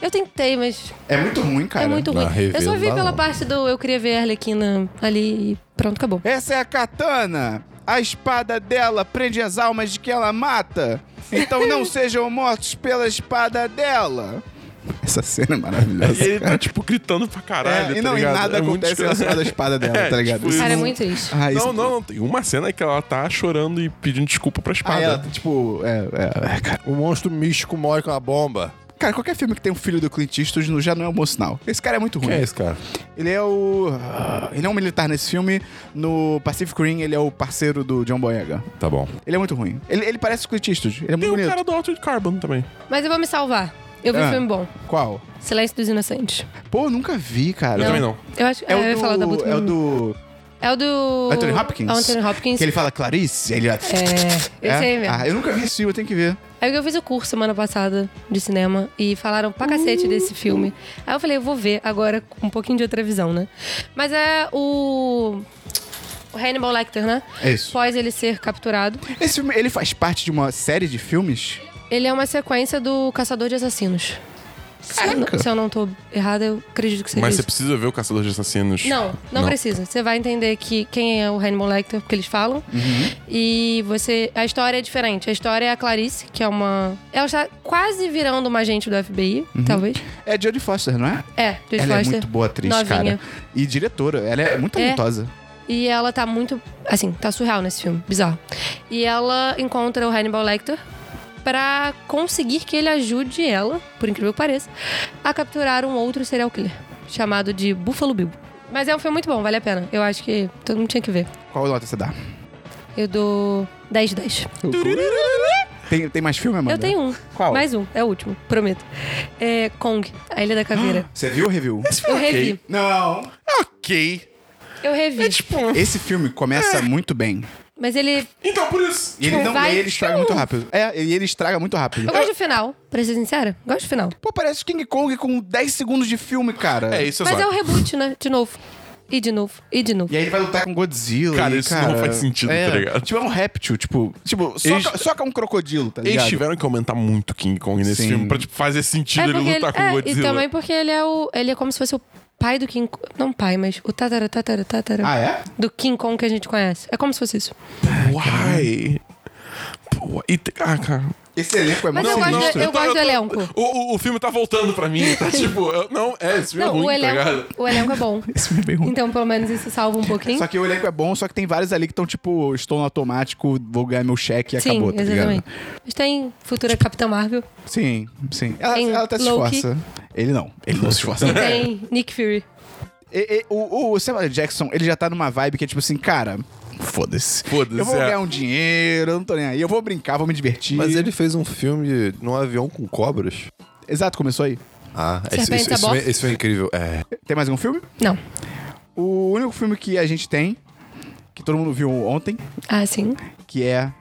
S3: Eu tentei, mas
S1: É muito ruim, cara.
S3: é muito
S4: não,
S3: ruim. eu só
S4: rever
S3: vi
S4: não dá,
S3: pela
S4: não.
S3: parte do eu queria ver a Arlequina ali e pronto, acabou.
S1: Essa é a katana. A espada dela prende as almas de que ela mata. Então não sejam mortos pela espada dela. Essa cena é
S2: E
S3: um-
S1: maravilhosa.
S2: ele tá, tipo, gritando pra caralho.
S1: É, e
S2: tá
S1: não, e
S2: ligado?
S1: nada
S2: É muito
S1: acontece
S2: escroto.
S1: relacionado à espada dela,
S2: É,
S1: tá ligado?
S2: tipo,
S1: Isso
S3: Cara, é
S1: não-
S3: muito triste.
S1: Ah, isso
S2: Não, não, não. Tem uma cena que ela tá chorando e pedindo desculpa pra espada.
S1: Ah, ela, tipo, é, é, é, cara.
S4: O monstro místico morre com a bomba.
S1: Cara, qualquer filme que tem um filho do Clint Eastwood no- já não é um bom sinal. Esse cara é muito ruim.
S4: Quem é esse cara?
S1: Ele é o. ah, Ele é um militar nesse filme. No Pacific Rim, ele é o parceiro do John Boyega.
S4: Tá bom.
S1: Ele é muito ruim. Ele, ele parece o Clint Eastwood. Ele é muito
S2: Tem um o
S1: bonito.
S2: cara do Altered Carbon também.
S3: Mas eu vou me salvar. Eu vi
S1: Ah.
S3: um filme bom.
S1: Qual?
S3: Silêncio dos Inocentes.
S1: Pô, eu nunca vi, cara.
S2: Eu também não.
S3: Eu acho
S1: É
S3: eu
S1: o
S3: ia
S1: do,
S3: falar da Boots
S1: é o
S3: Moon.
S1: do
S3: É o do.
S1: Anthony Hopkins?
S3: Anthony Hopkins.
S1: Que ele fala Clarice, ele... É,
S3: É, esse aí mesmo.
S1: Ah, eu nunca vi esse filme, eu tenho que ver.
S3: Aí eu fiz o curso semana passada de cinema e falaram pra cacete
S1: Hum.
S3: desse filme. Aí eu falei, eu vou ver agora com um pouquinho de outra visão, né? Mas é o. O Hannibal Lecter, né?
S1: É isso.
S3: Após ele ser capturado.
S1: Esse filme, ele faz parte de uma série de filmes?
S3: Ele é uma sequência do Caçador de Assassinos. Se eu, não- se eu não tô errada, eu acredito que seja
S2: Mas você
S3: isso.
S2: precisa ver o Caçador de Assassinos.
S3: Não, não, precisa. Você vai entender que quem é o Hannibal Lecter, porque eles falam.
S1: Uhum.
S3: E você. A história é diferente. A história é a Clarice, que é uma. Ela está quase virando uma agente do FBI, talvez.
S1: É Jodie Foster, não é?
S3: É, Jodie
S1: ela
S3: Foster.
S1: é muito boa atriz,
S3: novinha.
S1: cara. E diretora, ela é muito
S3: É.
S1: talentosa.
S3: E ela tá muito. Assim, tá surreal nesse filme, bizarro. E ela encontra o Hannibal Lecter pra conseguir que ele ajude ela, por incrível que pareça, a capturar um outro serial killer, chamado de Buffalo Bill. Mas é um filme muito bom, vale a pena. Eu acho que todo mundo tinha que ver.
S1: Qual nota você dá?
S3: Eu dou 10 de 10.
S1: Tem, tem mais filme, Amanda?
S3: Eu tenho um.
S1: Qual?
S3: Mais um. É o último, prometo. É Kong, A Ilha da Caveira.
S1: Você viu o review?
S3: Eu revi.
S1: Não.
S2: Ok.
S3: Eu revi.
S2: É tipo.
S1: Esse filme começa muito bem.
S3: Mas ele.
S2: Então, por isso.
S1: E ele, não,
S3: vai-
S1: e ele estraga muito rápido. É, e ele estraga muito rápido.
S3: Eu gosto do final, pra ser sincera. Gosto do final.
S1: Pô, parece King Kong com 10 segundos de filme, cara.
S2: É isso,
S3: Mas é o
S2: exato.
S3: reboot, né? De novo. E de novo. E de novo.
S1: E aí ele vai lutar com Godzilla.
S2: Cara,
S1: e,
S2: isso não faz sentido,
S1: é,
S2: tá ligado?
S1: Tipo, é um réptil, tipo. Tipo, soca,
S2: Eles-
S1: soca um crocodilo, tá
S2: Eles
S1: ligado?
S2: tiveram que aumentar muito King Kong nesse
S1: Sim.
S2: filme pra tipo, fazer sentido ele lutar com o
S3: é,
S2: Godzilla.
S3: E também porque ele é o. Ele é como se fosse o pai do King Kong. Não pai, mas o tatara, tatara, tatara.
S1: Ah, é?
S3: Do King Kong que a gente conhece. É como se fosse isso.
S2: Uai. Pô, e te... Ah, cara.
S1: Esse elenco é
S3: Mas
S1: muito
S3: eu gosto
S1: sinistro.
S3: de- eu
S2: tô-
S3: gosto do
S2: tô-
S3: elenco.
S2: O, o, o filme tá voltando pra mim. Tá tipo. eu- não, é, esse filme
S3: não,
S2: é ruim,
S3: o,
S2: tá
S3: elenco,
S2: ligado?
S3: o elenco é bom.
S1: Esse filme é bem ruim.
S3: Então, pelo menos isso salva um pouquinho.
S1: Só que o elenco é bom, só que tem vários ali que estão, tipo, estou no automático, vou ganhar meu cheque e
S3: Sim,
S1: acabou, tá
S3: exatamente.
S1: ligado?
S3: Mas tem futura Capitã Marvel.
S1: Sim, sim. Ela,
S3: Tem
S1: ela até se
S3: Loki.
S1: esforça. Ele não. Ele não se esforça.
S3: E tem Nick Fury.
S1: E- e- o, o Samuel L. Jackson, ele já tá numa vibe que é tipo assim, cara, foda-se.
S2: Foda-se,
S1: Eu vou
S2: é.
S1: ganhar um dinheiro, eu não tô nem aí. Eu vou brincar, vou me divertir.
S4: Mas ele fez um filme num avião com cobras.
S1: Exato, começou aí.
S4: Ah, esse,
S3: Serpentes
S4: esse,
S3: a
S4: esse,
S3: bordo.
S4: foi- esse foi incrível. É.
S1: Tem mais algum filme?
S3: Não.
S1: O único filme que a gente tem, que todo mundo viu ontem,
S3: Ah, sim.
S1: que é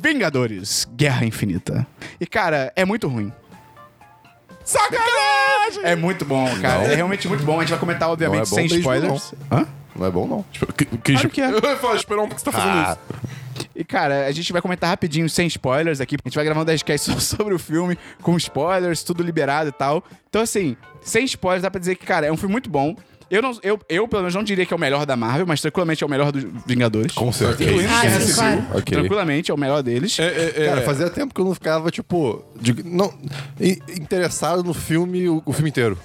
S1: Vingadores, Guerra Infinita. E, cara, é muito ruim.
S2: Sacanagem!
S1: É muito bom, cara.
S4: Não.
S1: É realmente muito bom. A gente vai comentar, obviamente,
S4: Não é bom
S1: sem
S4: mesmo,
S1: spoilers. Hã?
S4: Não é bom, não.
S1: Claro que é.
S2: Tipo, Eu ia falar, espera um pouco que você tá fazendo
S4: Ah,
S2: isso.
S1: E, cara, a gente vai comentar rapidinho, sem spoilers aqui. A gente vai gravar um 10 só sobre o filme, com spoilers, tudo liberado e tal. Então, assim, sem spoilers, dá pra dizer que, cara, é um filme muito bom. Eu, não, eu, eu, pelo menos, não diria que é o melhor da Marvel, mas tranquilamente é o melhor dos Vingadores.
S4: Com certeza.
S3: Ah,
S1: Guerra
S3: sim,
S1: Civil.
S3: claro.
S4: Ok.
S1: Tranquilamente, é o melhor deles.
S2: É, é, é.
S4: Cara, fazia tempo que eu não ficava, tipo, de- não, in- interessado no filme o, o filme inteiro.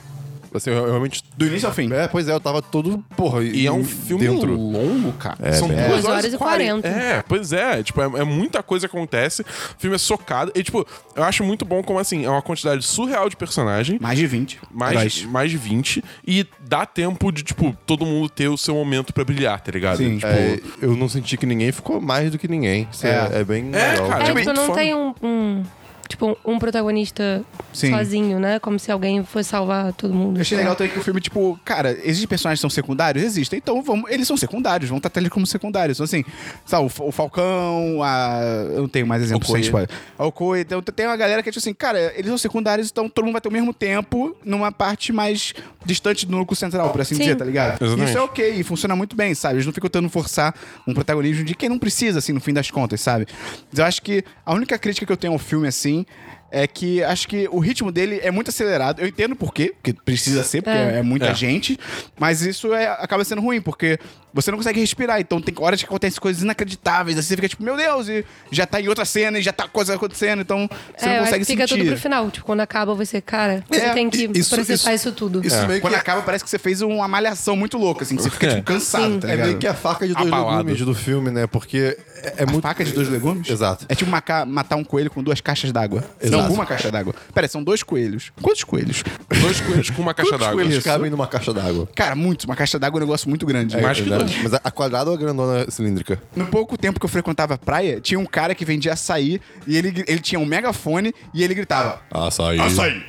S4: Assim, eu realmente.
S1: Do início ao fim.
S4: É, pois é, eu tava todo, porra,
S2: E é um filme
S4: dentro.
S2: longo, cara.
S1: É,
S2: São
S4: velho.
S2: duas
S3: Duas
S2: horas,
S3: horas
S2: e
S3: e
S2: 40.
S3: 40.
S2: É, pois é. Tipo, é, é muita coisa que acontece. O filme é socado. E, tipo, eu acho muito bom como, assim, é uma quantidade surreal de personagem.
S1: Mais de 20.
S2: Mais,
S1: heróis.
S2: mais de 20. E dá tempo de, tipo, todo mundo ter o seu momento pra brilhar, tá ligado?
S1: Sim.
S2: Tipo,
S4: É, eu não senti que ninguém ficou mais do que ninguém. Isso é.
S1: É.
S4: é bem
S2: É,
S4: legal.
S2: cara.
S3: É,
S2: muito
S3: tipo, não
S2: foda.
S3: tem um, um- Tipo, um protagonista
S1: Sim.
S3: sozinho, né? Como se alguém fosse salvar todo mundo. É.
S1: Eu achei legal também que o filme, tipo, cara, existem personagens que são secundários? Existem. Então, vamos, eles são secundários, vamos tratar eles como secundários. Então, assim, sabe, o, Fa- o Falcão, a. Eu não tenho mais exemplos
S2: Okoye.
S1: sem spoiler. A Okoye, então, tem uma galera que é tipo assim, cara, eles são secundários, então todo mundo vai ter o mesmo tempo numa parte mais distante do núcleo central, por assim
S3: Sim.
S1: dizer, tá ligado?
S2: Exatamente.
S1: Isso é ok, e funciona muito bem, sabe? Eles não ficam tentando forçar um protagonismo de quem não precisa, assim, no fim das contas, sabe? Mas eu acho que a única crítica que eu tenho ao filme, assim, é que acho que o ritmo dele é muito acelerado. Eu entendo por quê, porque precisa ser, porque
S3: É.
S1: é, é muita
S2: É.
S1: gente, mas isso é- acaba sendo ruim, porque você não consegue respirar, então tem horas que acontecem coisas inacreditáveis, assim, você fica tipo, meu Deus, e já tá em outra cena, e já tá coisa acontecendo, então você
S3: é, eu
S1: não
S3: acho
S1: consegue
S3: que fica tudo pro
S1: sentir.
S3: final. Tipo, quando acaba você, cara, você
S1: É,
S3: tem que
S4: isso-
S3: processar
S4: isso-
S3: isso, tudo. É.
S4: Isso meio
S1: Quando
S4: que
S1: acaba, parece que você fez uma malhação muito louca, assim, que você fica,
S2: É.
S1: tipo, cansado, tá
S4: é
S1: ligado?
S4: meio que a faca de dois
S2: Abalado.
S4: legumes do filme, né? Porque é, é
S1: A
S4: muito.
S1: faca de dois legumes?
S4: Exato.
S1: É tipo maca- matar um coelho com duas caixas d'água.
S4: Exato.
S1: Não, uma caixa d'água. Pera, são dois coelhos. Quantos coelhos?
S2: dois coelhos com uma tipo caixa
S1: Quantos
S2: d'água.
S1: tipo, coelhos?
S4: Eles cabem numa caixa d'água.
S1: Cara, muitos. Uma caixa d'água é um negócio muito grande. né?
S2: Mais que
S4: Né?
S2: dois.
S4: Mas a- a quadrada ou a grandona cilíndrica?
S1: No pouco tempo que eu frequentava a praia, tinha um cara que vendia açaí e ele, gri- ele tinha um megafone e ele gritava:
S2: Ah,
S4: Açaí.
S1: Açaí!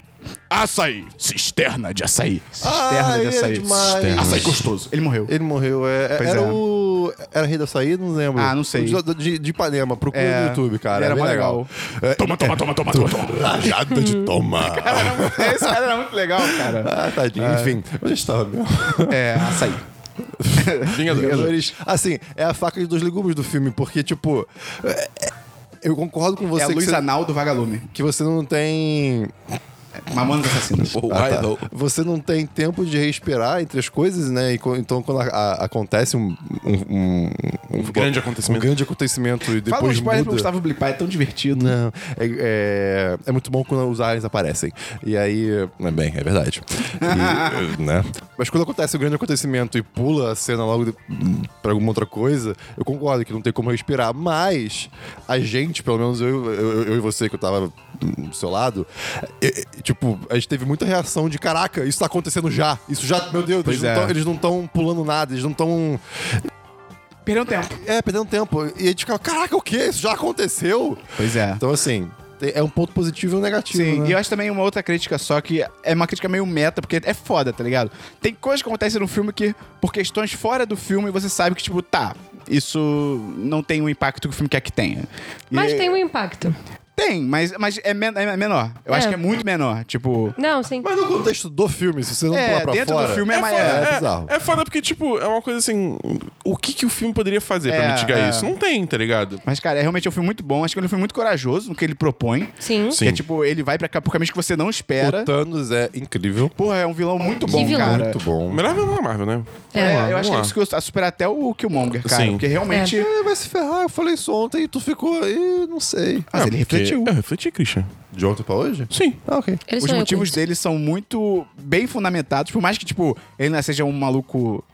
S1: Açaí! Cisterna de açaí! Cisterna
S4: Ah,
S1: de
S4: ele é
S1: açaí!
S4: demais.
S1: Cisterna. Açaí gostoso. Ele morreu.
S4: Ele morreu, é.
S1: Pois
S4: era
S1: é.
S4: o. Era Rei da Açaí? Não lembro.
S1: Ah, não sei.
S4: De, de, de Ipanema, procura
S1: É.
S4: no YouTube, cara.
S1: Ele era
S4: é bem
S1: mó
S4: legal.
S1: legal.
S4: É,
S1: Toma, toma, toma, toma, toma, toma.
S4: Rajada de toma.
S1: Esse cara era muito legal, cara.
S4: ah, tadinho. Enfim, onde estava meu?
S1: É, açaí.
S2: Vingadores.
S4: Vingadores. Assim, é a faca de dois legumes do filme, porque, tipo. é- é- Eu concordo com
S1: É
S4: você,
S1: a
S4: que,
S1: Luiz
S4: você
S1: Anal do Vagalume.
S4: que você não tem.
S1: Mamonas Assassinas.
S2: Uai,
S4: Ah, tá.
S2: não.
S4: Você não tem tempo de respirar entre as coisas, né? E co- então, quando a- a- acontece um, um- um-
S2: Um grande acontecimento.
S4: um grande acontecimento e
S1: Fala um
S4: depois
S1: spoiler pro
S4: muda.
S1: Gustavo Blipar, é tão divertido.
S4: Não, é, é- é muito bom quando os aliens aparecem. E aí. É bem, é verdade. E, né? Mas quando acontece um grande acontecimento e pula a cena logo de, pra alguma outra coisa, eu concordo que não tem como respirar. Mas a gente, pelo menos eu, eu, eu e você que eu tava do seu lado, é- é, tipo, a gente teve muita reação de: caraca, isso tá acontecendo já. Isso já, meu Deus,
S1: Pois
S4: eles não
S1: é.
S4: tão- eles não estão pulando nada, eles não estão
S1: Perdeu um tempo.
S4: É, perdendo tempo. E a gente ficava, caraca, o quê? Isso já aconteceu?
S1: Pois é.
S4: Então, assim, te- é um ponto positivo e um negativo.
S1: Sim,
S4: né?
S1: e eu acho também uma outra crítica só que é uma crítica meio meta, porque é foda, tá ligado? Tem coisas que acontecem no filme que, por questões fora do filme, você sabe que, tipo, tá, isso não tem o impacto que o filme quer que tenha. E-
S3: Mas tem um impacto.
S1: Tem, mas, mas é, men- é menor. Eu
S3: É.
S1: acho que é muito menor. Tipo.
S3: Não, sim.
S4: Mas no contexto do filme, se você não
S1: É,
S4: pular pra
S1: dentro
S4: fora...
S1: do filme é,
S2: foda,
S1: maior.
S4: é bizarro.
S2: é foda porque, tipo, é uma coisa assim. O que, que o filme poderia fazer
S1: É,
S2: pra mitigar
S1: é.
S2: isso? Não tem, tá ligado?
S1: Mas, cara, é realmente um filme muito bom. Acho que ele é um filme muito corajoso no que ele propõe.
S3: Sim.
S2: Sim.
S1: Que é tipo, ele vai pra cá por caminhos que você não espera.
S4: O Thanos é incrível.
S1: Porra, é um vilão muito bom,
S3: vilão.
S1: cara.
S4: Muito bom.
S2: Melhor vilão da Marvel, né?
S1: É,
S3: É.
S1: eu acho que ele
S2: lá.
S1: conseguiu a- superar até o Killmonger, cara.
S2: Sim.
S1: Porque realmente.
S4: É, vai se ferrar, eu falei isso ontem e tu ficou aí, não sei.
S1: Mas ele
S2: É, porque-
S1: refletiu.
S2: Eu refleti, Christian.
S4: Ah, De ontem pra hoje?
S2: Sim.
S4: Ah, ok.
S3: Eles
S1: Os
S3: são
S1: motivos
S3: ocultos.
S1: dele são muito bem fundamentados, por mais que, tipo, ele não seja um maluco.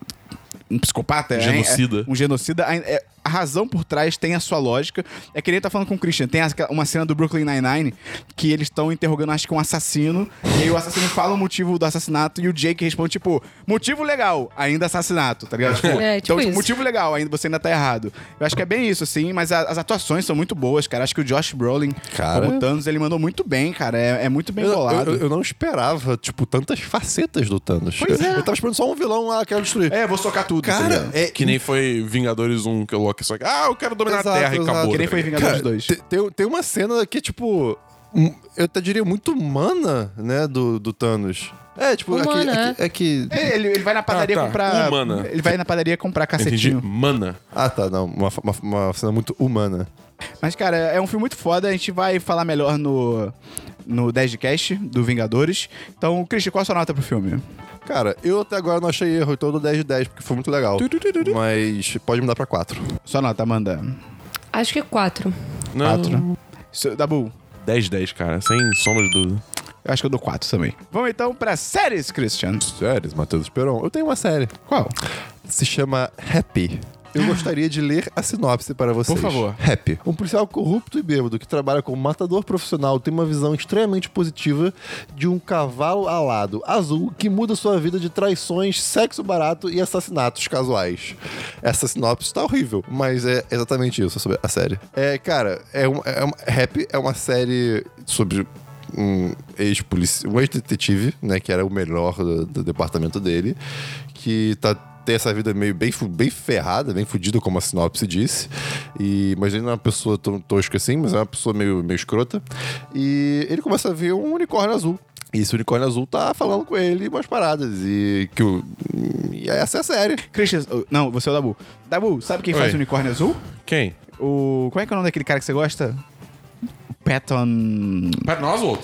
S1: Um psicopata, é,
S2: Genocida.
S1: é, um genocida. A, é, a razão por trás tem a sua lógica. É que nem tá falando com o Christian. Tem aquela- uma cena do Brooklyn Nine-Nine que eles estão interrogando, acho que um assassino. e aí o assassino fala o motivo do assassinato e o Jake responde, tipo, motivo legal, ainda assassinato, tá ligado? Tipo,
S3: É, tipo
S1: então,
S3: isso.
S1: motivo legal, ainda você ainda tá errado. Eu acho que é bem isso, assim, mas a- as atuações são muito boas, cara. Acho que o Josh Brolin,
S4: Cara.
S1: como Thanos, ele mandou muito bem, cara. É, é muito bem
S4: Eu,
S1: bolado.
S4: eu- eu não esperava, tipo, tantas facetas do Thanos.
S1: Pois é.
S4: Eu tava esperando só um vilão, ah, quero destruir.
S1: É, vou socar tudo.
S4: Cara, é
S2: Que nem foi Vingadores 1 que o Loki só. Ah, eu quero dominar
S4: Exato,
S2: a Terra e
S4: exato.
S2: acabou.
S1: Que nem
S2: tá
S1: foi
S2: ligado?
S1: Vingadores
S4: Cara,
S1: 2.
S4: te- Tem, tem uma cena que é, tipo. hum, Eu até diria muito humana, né? Do, do Thanos. É, tipo, é que-
S3: Humana,
S4: é que. é que-
S1: É, Ele, ele vai na padaria
S2: Ah, tá.
S1: comprar.
S2: Humana.
S1: Ele vai na padaria comprar
S2: Entendi.
S1: cacetinho.
S2: Mana.
S4: Ah, tá, não. Uma, uma- uma cena muito humana.
S1: Mas, cara, é um filme muito foda. A gente vai falar melhor no, no 10 de cast do Vingadores. Então, Christian, qual a sua nota pro filme?
S4: Cara, eu até agora não achei erro, então eu dou 10 de 10, porque foi muito legal. Mas pode mudar pra 4.
S1: Sua nota, Amanda.
S3: Acho que é quatro.
S2: Não.
S1: Quatro. Seu- Dabu,
S2: 10, 10, cara. Sem sombra de dúvida.
S1: eu acho que eu dou 4 também. Vamos então pra séries, Christian.
S4: Séries, Matheus Esperon. Eu tenho uma série.
S1: Qual?
S4: se chama Happy. Eu gostaria de ler a sinopse para vocês.
S1: Por favor.
S4: Happy. Ah. Um policial corrupto e bêbado que trabalha como matador profissional tem uma visão extremamente positiva de um cavalo alado azul que muda sua vida de traições, sexo barato e assassinatos casuais. Essa sinopse tá horrível, mas é exatamente isso sobre a série. É, cara, é uma, é uma- Happy é uma série sobre um ex-polici- um ex-detetive, né, que era o melhor do, do departamento dele, que tá tem essa vida meio bem, fu- bem ferrada, bem fudida, como a sinopse disse. E, mas ele não é uma pessoa tão tosca assim, mas é uma pessoa meio, meio escrota. E ele começa a ver um unicórnio azul. E esse unicórnio azul tá falando com ele umas paradas. E que o. E essa é a série.
S1: Christian. oh, Não, você é o Dabu. Dabu, sabe quem faz
S2: Oi.
S1: o unicórnio azul?
S2: Quem?
S1: O. Como é que é o nome daquele cara que você gosta? Patton.
S2: Pat Oswald.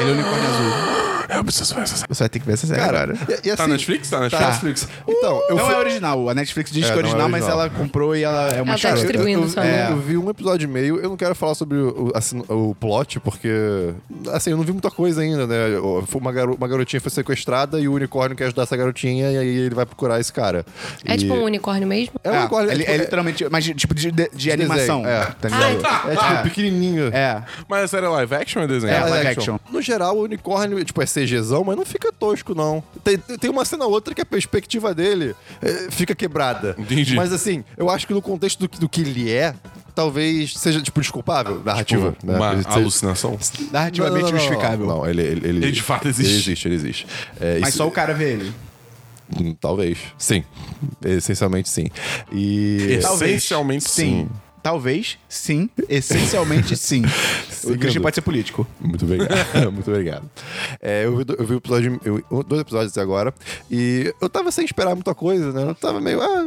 S1: Ele é o unicórnio azul.
S2: Eu preciso ver essa série.
S1: Você vai ter que ver essa série agora.
S4: E, e
S2: Tá
S4: assim-
S2: Netflix? Tá
S4: Tá
S2: Netflix?
S4: Netflix. Então, eu
S1: não
S4: fui-
S1: é original. A Netflix diz
S4: É,
S1: que é
S4: não é
S1: original, mas
S4: original.
S1: ela comprou e ela é uma
S3: Ela tá
S1: charada.
S3: distribuindo.
S4: eu, eu-
S3: só,
S4: é,
S1: né?
S4: eu vi um episódio e meio, eu não quero falar sobre o, assim, o plot, porque, assim, eu não vi muita coisa ainda, né? Eu- Foi uma, garo- uma garotinha foi sequestrada e o unicórnio quer ajudar essa garotinha e aí ele vai procurar esse cara.
S3: É
S4: E-
S3: tipo um unicórnio mesmo?
S4: É um
S1: Ah,
S4: unicórnio, é
S1: ele,
S4: tipo-
S1: é
S4: é-
S1: literalmente, mas de- tipo de, de- de
S4: desenho,
S1: animação.
S4: é.
S1: tá ligado?
S4: É tipo pequenininho.
S1: É.
S2: Mas a série é live action ou é desenho?
S1: É,
S4: É
S1: live
S4: action.
S1: action.
S4: No geral, o unicórnio, tipo, é CGzão, mas não fica tosco, não. Tem, tem uma cena ou outra que a perspectiva dele eh, fica quebrada.
S2: Entendi.
S4: Mas assim, eu acho que no contexto do, que- do que ele é, talvez seja, tipo, desculpável, narrativa. né?
S2: Uma
S4: Ele-
S2: alucinação?
S1: Narrativamente
S4: Não, não, não, não,
S1: justificável.
S4: Não, ele, ele, ele,
S2: Ele de fato existe.
S4: Ele existe, ele existe. É,
S1: Mas
S4: isso-
S1: só o cara vê ele.
S4: hum, Talvez. Sim. Essencialmente, sim. E.
S1: Talvez.
S2: Essencialmente, sim.
S1: Talvez, sim. Essencialmente, sim. O Christian
S4: Seguindo.
S1: pode ser político.
S4: Muito obrigado. Muito obrigado. É, eu vi, do- eu vi o episódio, eu- dois episódios até agora. E eu tava sem esperar muita coisa, né? Eu tava meio. Ah,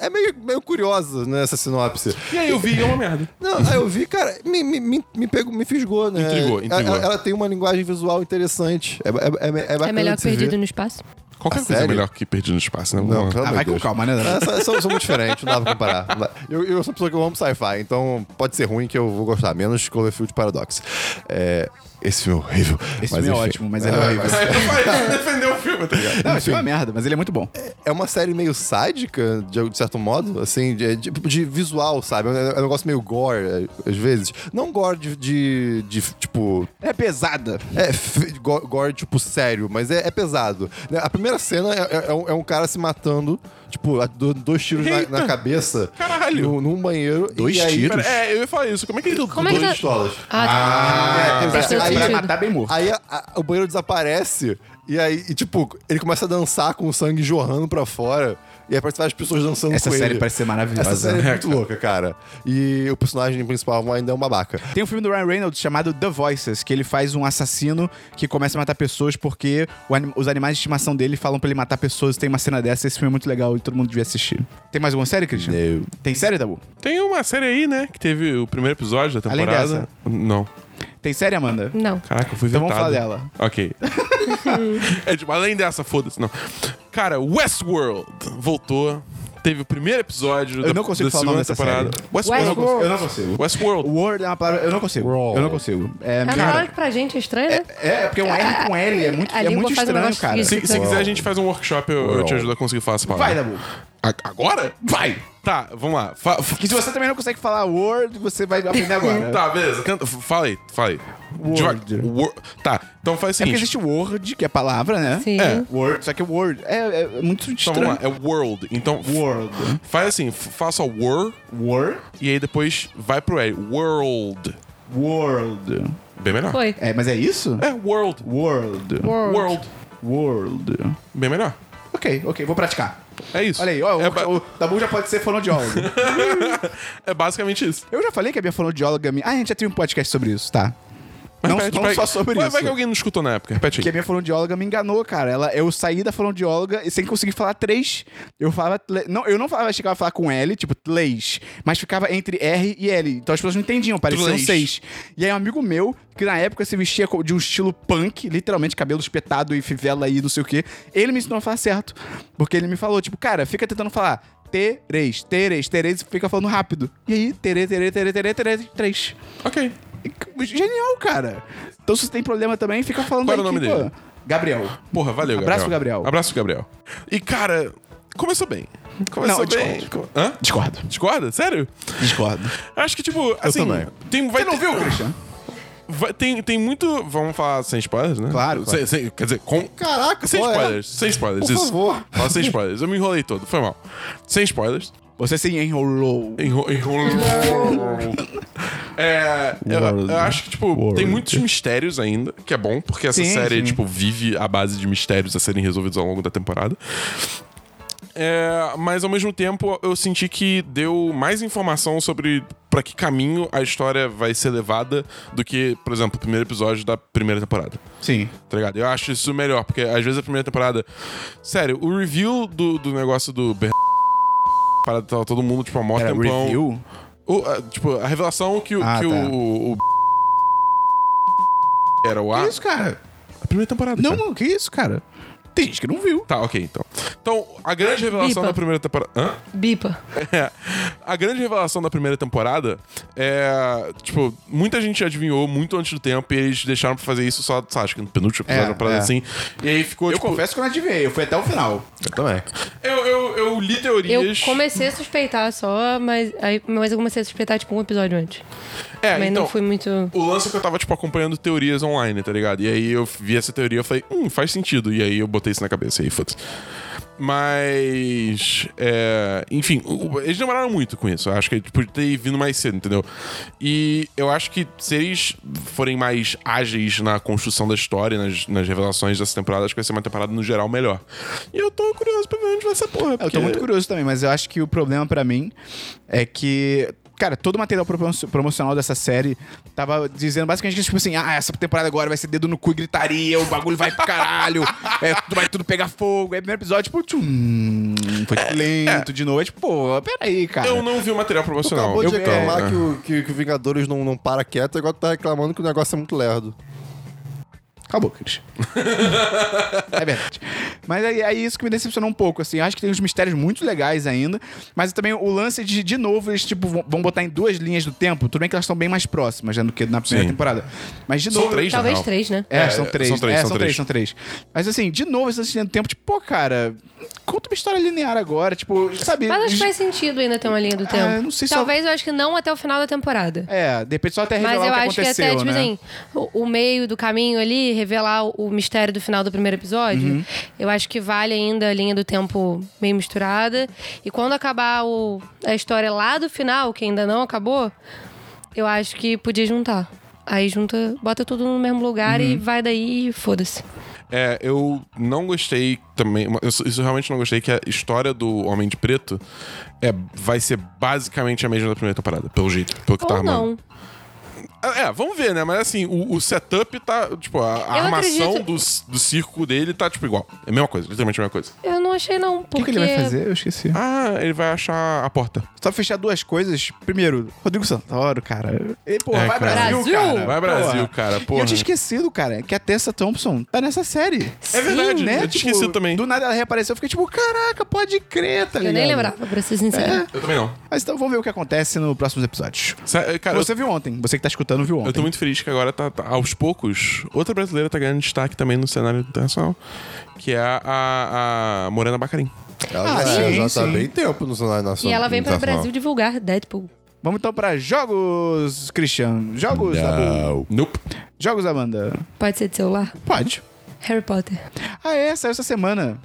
S4: é meio, meio curiosa, né? Essa sinopse.
S2: E aí eu vi e é uma merda.
S4: Não, aí eu vi, cara, me, me, me, me pegou, me fisgou, né?
S2: Intrigou, intrigou.
S4: Ela, ela tem uma linguagem visual interessante. É, é, é, é bacana
S3: É melhor
S4: de
S3: que
S4: se ver.
S3: perdido no espaço?
S2: Qualquer
S4: Ah,
S2: coisa é
S4: sério?
S2: melhor que Perdido no Espaço, né?
S4: Não,
S2: Vamos lá.
S4: pelo
S1: Ah,
S4: amor
S1: vai
S4: de
S1: com
S4: Deus.
S1: calma, né?
S4: Ah,
S1: Dana?
S4: são- são, são muito diferentes, não dá pra comparar. Não dá. Eu, eu sou uma pessoa que eu amo sci-fi, então pode ser ruim que eu vou gostar, menos Cloverfield Paradox. É, Esse filme é horrível.
S1: Esse
S4: Mas,
S1: filme é
S4: enfim.
S1: ótimo, mas ele é horrível.
S2: Aí eu falei, defendeu o filme, tá ligado?
S1: Não, esse filme é uma merda, mas ele é muito bom.
S4: É uma série meio sádica, de, de certo modo, assim, de, de- de visual, sabe? É é um negócio meio gore, é, às vezes. Não gore de, de- de, tipo,
S1: É pesada.
S4: É, f- go- gore, tipo, sério, mas é, é pesado. Né, A primeira cena é, é- é um, é um cara se matando, tipo, a- do- dois tiros na, na cabeça.
S2: Caralho.
S4: no- Num, banheiro.
S1: Dois
S4: e aí-
S1: tiros?
S2: Pera, é, eu ia falar isso. Como é que ele deu
S3: Como é que
S2: dois?
S3: tá-
S4: pistolas.
S3: Ah,
S1: é,
S3: faz
S1: pra,
S3: todo
S1: pra
S3: sentido.
S1: matar bem morto.
S4: Aí a- a- o banheiro desaparece, e aí, e, tipo, ele começa a dançar com o sangue jorrando pra fora. E aí parece várias pessoas dançando
S1: Essa
S4: com ele.
S1: série parece ser maravilhosa.
S4: Essa série é
S2: né,
S4: muito louca, cara. E o personagem principal ainda é um babaca.
S1: Tem um filme do Ryan Reynolds chamado The Voices, que ele faz um assassino que começa a matar pessoas porque o anim- os animais de estimação dele falam pra ele matar pessoas. Tem uma cena dessa, esse filme é muito legal e todo mundo devia assistir. Tem mais alguma série, Christian?
S4: Não.
S1: Tem série, Dabu?
S2: Tem uma série aí, né? Que teve o primeiro episódio da
S1: Além
S2: temporada.
S1: dessa.
S2: Não.
S1: Tem série, Amanda?
S3: Não.
S2: Caraca, eu fui
S1: Então
S2: vetado.
S1: vamos falar dela.
S2: Ok. é tipo, além dessa, foda-se, não. Cara, Westworld voltou. Teve o primeiro episódio
S1: Eu
S2: da,
S1: não consigo
S2: da
S1: falar o nome
S2: segunda
S1: dessa
S2: temporada.
S1: série.
S2: Westworld.
S3: Westworld.
S1: Eu não consigo.
S2: Westworld.
S1: Word é uma palavra. Eu não consigo.
S4: World.
S1: Eu não consigo. É,
S3: É uma
S1: cara,
S3: palavra que pra gente é estranha, né?
S1: é, porque um R com L é muito,
S3: A
S1: é
S3: língua
S1: muito
S3: faz um
S1: estranho,
S3: negócio
S1: cara.
S3: esquisito.
S2: Se, se
S3: Uau.
S2: quiser, a gente faz um workshop, eu, eu te ajudo a conseguir falar essa
S1: Então, Vai,
S2: palavra.
S1: Dabu.
S2: Vai, Agora? Vai! Tá, vamos lá. Fa- fa-
S1: Que se você também não consegue falar Word, você vai aprender agora.
S2: Tá, beleza. Tenta, f- fala aí, fala aí.
S1: Word.
S2: Deva- Wor- Tá, então faz o
S1: É porque
S2: seguinte.
S1: existe o Word, que é a palavra, né?
S3: Sim.
S2: É.
S1: Word. Só que o Word é, é muito
S2: Então
S1: estranho.
S2: vamos lá, é World. Então f-
S1: World.
S2: faz assim, f- faça Wor
S1: Word.
S2: e aí depois vai pro L. World.
S1: World.
S2: Bem melhor.
S3: Foi.
S1: É, mas é isso?
S2: É, World.
S1: World.
S3: World.
S2: World.
S1: World.
S2: Bem melhor.
S1: Ok, ok, vou praticar.
S2: É isso.
S1: Olha aí, ó,
S2: é,
S1: o,
S2: ba-
S1: o Dabu já pode ser fonoaudiólogo.
S2: é basicamente isso.
S1: Eu já falei que a minha fonoaudióloga... Me... Ah, a gente já teve um podcast sobre isso, tá?
S2: Mas
S1: não
S2: repete,
S1: não
S2: vai-
S1: só sobre
S2: vai,
S1: isso.
S2: Vai que alguém não escutou na época. Repete
S1: Porque a
S2: aí.
S1: minha fonoaudióloga me enganou, cara. Ela, eu saí da fonoaudióloga e sem conseguir falar três. Eu falava. tle- Não, eu não falava, chegava a falar com L, tipo, três. Mas ficava entre R e L. Então as pessoas não entendiam, pareciam
S2: Três.
S1: seis. E aí um amigo meu, que na época se vestia co- de um estilo punk, literalmente cabelo espetado e fivela e não sei o quê, ele me ensinou a falar certo. Porque ele me falou, tipo, cara, fica tentando falar. Tereis, tereis, tereis, e fica falando rápido. E aí, tere, tere, tere, tere, tere, três.
S2: Ok.
S1: Genial, cara. Então, se você tem problema também, fica falando
S2: Qual
S1: aí
S2: era o
S1: que,
S2: nome
S1: pô,
S2: dele?
S1: Gabriel.
S2: Porra, valeu, Gabriel.
S1: Abraço, Gabriel.
S2: Abraço, Gabriel. E, cara, começou bem. Começou
S1: Não, eu
S2: bem.
S1: discordo.
S2: Hã?
S1: Discordo.
S2: Discorda? Sério?
S1: Discordo.
S2: Acho que, tipo, assim...
S4: também.
S2: Tem, vai
S1: Você não
S2: ter-
S1: viu, Christian?
S2: vai- tem, tem muito... Vamos falar sem spoilers, né?
S1: Claro, claro.
S2: Sem- sem- quer dizer, com...
S4: Caraca,
S2: Sem
S4: qual é?
S2: spoilers. Sem spoilers.
S4: Por
S2: isso.
S4: favor.
S2: Fala sem spoilers. Eu me enrolei todo. Foi mal. Sem spoilers.
S1: Você se enrolou.
S2: Enro- Enrolou. É, eu,
S4: World.
S2: eu acho que, tipo, tem muitos mistérios ainda, que é bom, porque essa
S1: Sim,
S2: série,
S1: sim.
S2: tipo, vive a base de mistérios a serem resolvidos ao longo da temporada. É, mas ao mesmo tempo eu senti que deu mais informação sobre pra que caminho a história vai ser levada do que, por exemplo, o primeiro episódio da primeira temporada
S1: Sim.
S2: tá ligado? Eu acho isso melhor, porque às vezes a primeira temporada. Sério, o review do, do negócio do Ber... Parada tava todo mundo, tipo, a morte
S1: Era
S2: tempão.
S1: review?
S2: O- a- tipo, a revelação que, o-
S1: Ah,
S2: que o-
S1: tá.
S2: o, o era o A.
S1: Que isso, cara?
S2: A primeira temporada.
S1: Não,
S2: cara.
S1: mano, que isso, cara? Tem gente que não viu.
S2: Tá, ok, então. Então, a grande revelação
S3: Bipa.
S2: da primeira temporada. Hã?
S3: Bipa.
S2: É. A grande revelação da primeira temporada é. Tipo, muita gente adivinhou muito antes do tempo e eles deixaram pra fazer isso só, sabe, acho que no penúltimo
S1: É,
S2: episódio, uma parada
S1: é.
S2: assim. E aí ficou.
S1: Eu
S2: tipo,
S1: confesso que eu não adivinhei, eu fui até o final.
S4: Eu também.
S2: Eu, eu, eu li
S3: Eu
S2: teorias.
S3: comecei a suspeitar só, mas, aí, mas eu comecei a suspeitar, tipo, um episódio antes.
S2: É,
S3: mas
S2: então,
S3: não fui muito...
S2: O lance é que eu tava, tipo, acompanhando teorias online, tá ligado? E aí eu vi essa teoria e falei, hum, faz sentido. E aí eu botei isso na cabeça e aí, foda-se. Mas. é, enfim, o- o- eles demoraram muito com isso. Eu acho que tipo, ter vindo mais cedo, entendeu? E eu acho que se eles forem mais ágeis na construção da história, nas, nas revelações dessa temporada, acho que vai ser uma temporada no geral melhor. E eu tô curioso pra ver onde vai essa
S4: É,
S2: porra.
S1: Eu tô muito curioso também, mas eu acho que o problema pra mim é que. Cara, todo o material promo- promocional dessa série tava dizendo basicamente que, tipo assim, ah, essa temporada agora vai ser dedo no cu e gritaria, o bagulho vai pro caralho, é, tu- vai tudo pegar fogo. Aí, primeiro episódio, tipo, tchum, foi lento de noite. Pô, peraí, cara.
S2: Eu não vi o material
S4: Tu
S2: promocional.
S4: acabou de
S2: Eu-
S4: reclamar
S2: é.
S4: que, o, que, que o Vingadores não, não para quieto e agora tu tá reclamando que o negócio é muito lerdo.
S1: Acabou, Cris. é verdade. Mas é, é isso que me decepcionou um pouco, assim. Eu acho que tem uns mistérios muito legais ainda. Mas também o lance de, de novo, eles, tipo, vão- vão botar em duas linhas do tempo. Tudo bem que elas estão bem mais próximas, né, do que na primeira
S2: Sim.
S1: temporada. Mas de
S2: São
S1: novo.
S2: três, na
S3: Talvez
S2: real.
S3: três, né?
S1: É,
S2: É,
S1: são três.
S2: são três,
S1: é,
S2: são
S1: são,
S2: três.
S1: três, são três. Mas assim, de novo, esse lance do tempo, tipo, pô, cara, conta uma história linear agora, tipo, sabe?
S3: Mas acho que
S1: eles-
S3: faz sentido ainda ter uma linha do tempo.
S1: eu É, não sei se-
S3: Talvez eu acho que não até o final da temporada.
S1: É, de repente só até revelar
S3: Mas eu
S1: o que
S3: acho que
S1: aconteceu,
S3: até, tipo
S1: né?
S3: assim, o, o meio do caminho ali, revelar o, o mistério do final do primeiro episódio,
S1: Uhum.
S3: eu acho que vale ainda a linha do tempo meio misturada. E quando acabar o- a história lá do final, que ainda não acabou, eu acho que podia juntar. Aí junta, bota tudo no mesmo lugar
S1: Uhum.
S3: e vai daí e foda-se.
S2: É, eu não gostei também. uma- eu- Isso eu realmente não gostei, que a história do Homem de Preto é, vai ser basicamente a mesma da primeira temporada, pelo jeito, pelo que tá
S3: Ou
S2: armando.
S3: não.
S2: É, é, vamos ver, né? Mas assim, o, o setup tá. Tipo, a, a
S3: Eu
S2: armação
S3: acredito-
S2: do, c- do circo dele tá, tipo, igual. É a mesma coisa, literalmente a mesma coisa.
S3: Eu não achei, não.
S1: O que,
S3: Porque...
S1: que ele vai fazer? Eu esqueci.
S2: Ah, ele vai achar a porta.
S1: Só fechar duas coisas. Primeiro, Rodrigo Santoro, cara. Ele, porra,
S2: É,
S1: vai
S2: cara.
S1: Brasil,
S3: Brasil!
S1: cara.
S2: Vai, Brasil,
S1: Porra.
S2: cara,
S1: E
S2: porra.
S1: eu tinha esquecido, cara, que a Tessa Thompson tá nessa série.
S2: É verdade,
S1: né?
S2: eu tinha esquecido também.
S1: Do nada ela reapareceu. Eu fiquei tipo, caraca, pode crer, tá ligado?
S3: Eu nem lembrava, pra ser
S1: É.
S3: sincero.
S2: Eu também não.
S1: Mas então vamos ver o que acontece nos próximos episódios.
S2: Sa- Cara, eu-
S1: Você viu ontem. Você que tá escutando viu ontem.
S2: Eu tô muito feliz que agora, tá, tá- aos poucos, outra brasileira tá ganhando destaque também no cenário internacional, que é a, a- a Morena Bacarim.
S4: Ela
S1: Ah,
S4: já,
S1: sim,
S4: já tá
S1: sim.
S4: bem tempo no cenário
S3: E
S4: nacional.
S3: ela vem
S1: tá
S3: pra
S4: internacional.
S3: Brasil divulgar Deadpool.
S1: Vamos então pra jogos, Christian. Jogos, Dabu.
S4: Não.
S2: Nope.
S1: Jogos, Amanda.
S3: Pode ser de celular?
S1: Pode.
S3: Harry Potter.
S1: Ah, é? Saiu essa semana.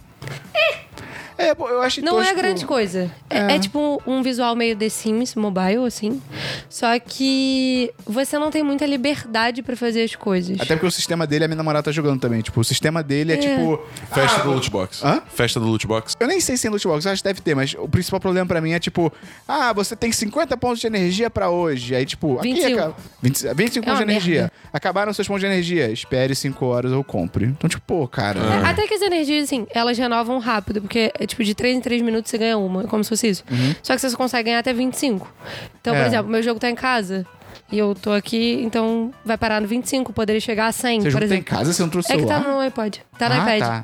S1: É, pô, eu acho
S3: Não é
S1: tosco.
S3: grande coisa. É, é tipo um visual meio The Sims mobile, assim. Só que você não tem muita liberdade pra fazer as coisas.
S1: Até porque o sistema dele, a minha namorada tá jogando também. Tipo, o sistema dele é, tipo.
S2: Festa do loot box.
S1: Hã?
S2: Festa do loot box.
S1: Eu nem sei se em loot box, eu acho que deve ter, mas o principal problema pra mim é tipo, ah, você tem 50 pontos de energia pra hoje. Aí, tipo, aqui
S3: 25.
S1: acaba- 20 25
S3: um. É uma
S1: pontos de energia.
S3: merda.
S1: Acabaram seus pontos de energia. Espere 5 horas ou compre. Então, tipo, pô, cara.
S3: É, Até que as energias, assim, elas renovam rápido, porque é tipo de 3 em 3 minutos você ganha uma, é como se fosse isso. Só que você só consegue ganhar até 25. Então,
S1: Uhum. É.
S3: por exemplo, meu jogo tá em casa e eu tô aqui, então vai parar no 25, poderia chegar a 100,
S1: Você
S3: por
S1: junta em
S3: exemplo.
S1: casa, você não trouxe
S3: É que tá
S1: celular.
S3: no iPod. Tá no
S1: ah,
S3: iPad.
S1: Tá.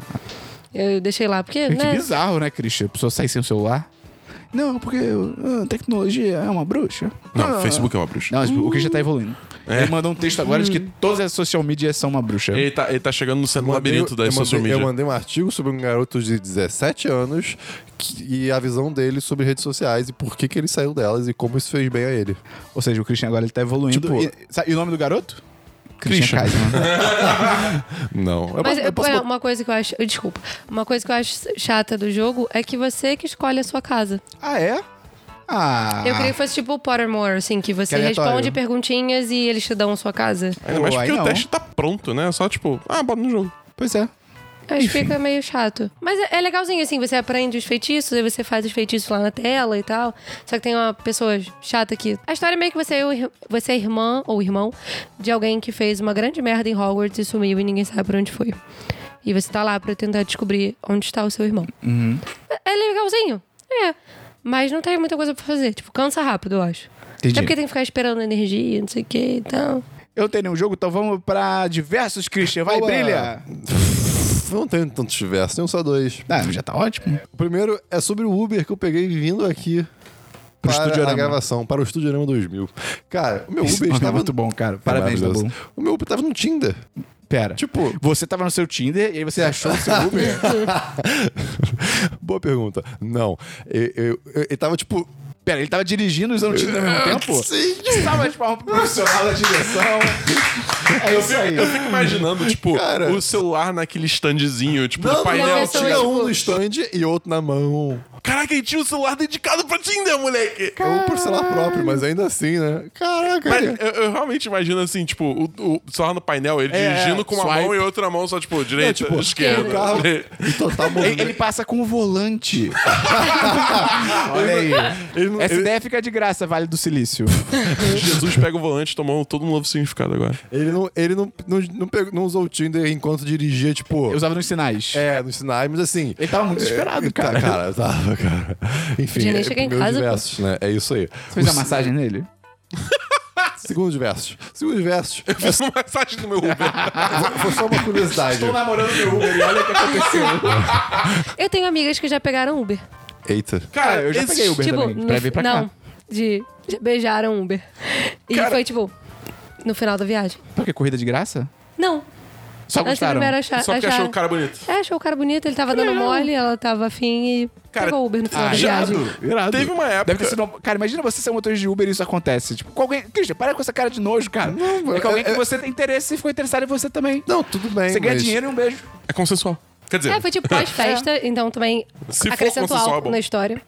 S3: Eu deixei lá, porque,
S1: Que
S3: né?
S1: bizarro, né, Christian? A pessoa sai sem o celular. Não, porque ah, tecnologia é uma bruxa.
S2: Não,
S1: Ah.
S2: Facebook é uma bruxa.
S1: Não, o Christian tá evoluindo. Ele mandou um texto agora de que
S3: Hum.
S1: todas as social medias são uma bruxa.
S2: Ele tá, ele tá chegando no centro do
S4: Eu mandei-
S2: labirinto da
S4: eu
S2: social
S4: mandei-
S2: media.
S4: Eu mandei um artigo sobre um garoto de 17 anos que- e a visão dele sobre redes sociais e por que, que ele saiu delas e como isso fez bem a ele.
S1: Ou seja, o Christian agora ele tá evoluindo.
S4: Tipo-
S1: e, né? sabe- e o nome do garoto?
S2: Christian.
S1: Kaisman.
S2: Não.
S4: Eu
S3: Mas
S4: posso- eu posso
S3: é, uma coisa que eu acho. Desculpa. Uma coisa que eu acho chata do jogo é que você que escolhe a sua casa.
S1: ah, é? Ah.
S3: Eu queria que fosse tipo o Pottermore, assim, que você
S1: Que aleatório.
S3: responde perguntinhas e eles te dão a sua casa.
S2: Ainda mais
S1: Pô, aí
S2: porque o
S1: não.
S2: teste tá pronto, né? Só tipo, ah, bota no jogo.
S1: Pois é.
S3: Eu acho que fica meio chato. Mas é, é legalzinho, assim, você aprende os feitiços, aí você faz os feitiços lá na tela e tal. Só que tem uma pessoa chata aqui. A história é meio que você, é o ir- você é irmã ou irmão de alguém que fez uma grande merda em Hogwarts e sumiu e ninguém sabe pra onde foi. E você tá lá pra tentar descobrir onde está o seu irmão. É- É legalzinho. É. Mas não tem muita coisa pra fazer. Tipo, cansa rápido, eu acho.
S1: Entendi.
S3: Até É porque tem que ficar esperando energia, não sei o que, então.
S1: Eu tenho nenhum jogo, então vamos pra diversos, Christian. Vai,
S4: Oba.
S1: brilha!
S4: Eu não tenho tantos versos, tenho só dois.
S1: Ah, já tá ótimo.
S4: O primeiro é sobre o Uber que eu peguei vindo aqui.
S1: Pro
S4: para
S1: Estúdio
S4: a
S1: Arama.
S4: gravação, para o Estúdio Arama 2000. Cara, o meu
S1: Esse
S4: Uber
S1: nome é
S4: estava...
S1: muito bom, cara. Parabéns,
S4: Maravilhoso.
S1: Dabu.
S4: O meu Uber estava no Tinder.
S1: Pera.
S4: Tipo-
S1: Você tava no seu Tinder e aí você achou o seu Uber.
S4: Boa pergunta. Não. Eu, eu, eu, eu tava, tipo... é,
S1: Pera, ele tava dirigindo e usando o Tinder ao mesmo tempo?
S4: Sim.
S1: Salva de palmas pro profissional da direção. É isso aí.
S2: Eu fico imaginando, tipo,
S4: Cara.
S2: o celular naquele standzinho, tipo,
S4: Não,
S2: no
S4: não,
S2: painel. tipo,
S4: não,
S3: pessoa,
S4: tinha
S3: tipo-
S4: um no stand e outro na mão.
S2: Caraca, ele tinha o celular dedicado pra Tinder, moleque!
S4: Ou um por celular próprio, mas ainda assim, né? Caraca.
S2: Mas eu, eu realmente imagino assim, tipo, o, o celular no painel, ele
S1: É,
S2: dirigindo com uma
S1: swipe.
S2: mão e outra mão só, tipo, direita,
S4: tipo,
S2: esquerda.
S4: o carro em total
S1: Ele,
S4: movimento.
S1: ele passa com o volante. Olha aí.
S4: Ele não-
S1: Essa ideia fica de graça, Vale do Silício.
S2: Jesus pega o volante, tomou todo um novo significado agora.
S4: Ele, não, ele não, não, não, pegou- não usou o Tinder enquanto dirigia, tipo...
S1: Eu usava nos sinais.
S4: É, nos sinais, mas assim...
S1: Ele tava muito desesperado, cara.
S4: Tá, cara, eu tava, cara. Enfim,
S3: Podia nem
S4: é,
S3: chegar em
S4: meus
S3: casa, pô.
S4: diversos, né? É isso aí.
S1: Fez
S4: O
S1: a massagem nele?
S4: Segundo versos. Segundo versos.
S2: Eu fiz é uma massagem no meu Uber.
S4: Foi só uma curiosidade.
S1: Estou namorando meu Uber e olha o que aconteceu.
S3: Eu tenho amigas que já pegaram Uber.
S4: Eita.
S1: Cara, eu já
S2: esses-
S1: peguei Uber
S3: tipo,
S1: também, pra vir pra cá.
S3: não, de já beijaram Uber. E
S2: Cara-
S3: foi tipo no final da viagem.
S1: Porque Tá corrida de graça?
S3: Não.
S1: Só
S3: Antes
S1: gostaram.
S3: primeiro achar,
S2: Só porque achou
S3: acharam.
S2: o cara bonito.
S3: É, achou o cara bonito, ele tava dando mole, ela tava afim e
S2: Cara,
S3: pegou o Uber no final da
S2: irado.
S3: viagem.
S1: Irado.
S2: Teve uma época-
S1: Deve ter sido uma- Cara, imagina você ser um motorista de Uber e isso acontece. Tipo, com alguém. Christian, para com essa cara de nojo, cara. é com alguém que você tem interesse e ficou interessado em você também.
S4: Não, tudo bem.
S1: Você ganha
S4: mas-
S1: dinheiro e um beijo.
S2: É consensual. Quer dizer,
S3: É, foi tipo pós-festa, então também
S2: Se for
S3: acrescento
S2: consensual, é
S3: álcool
S2: bom.
S3: na história.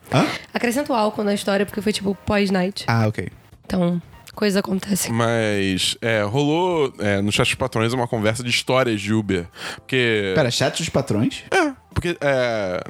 S3: Acrescento álcool na história, porque foi tipo pós-night.
S1: Ah, ok.
S3: Então, coisas acontecem.
S2: mas é, rolou é, no chat dos patrões uma conversa de histórias de Uber. Porque.
S1: Pera, chat dos patrões?
S2: É, porque. É,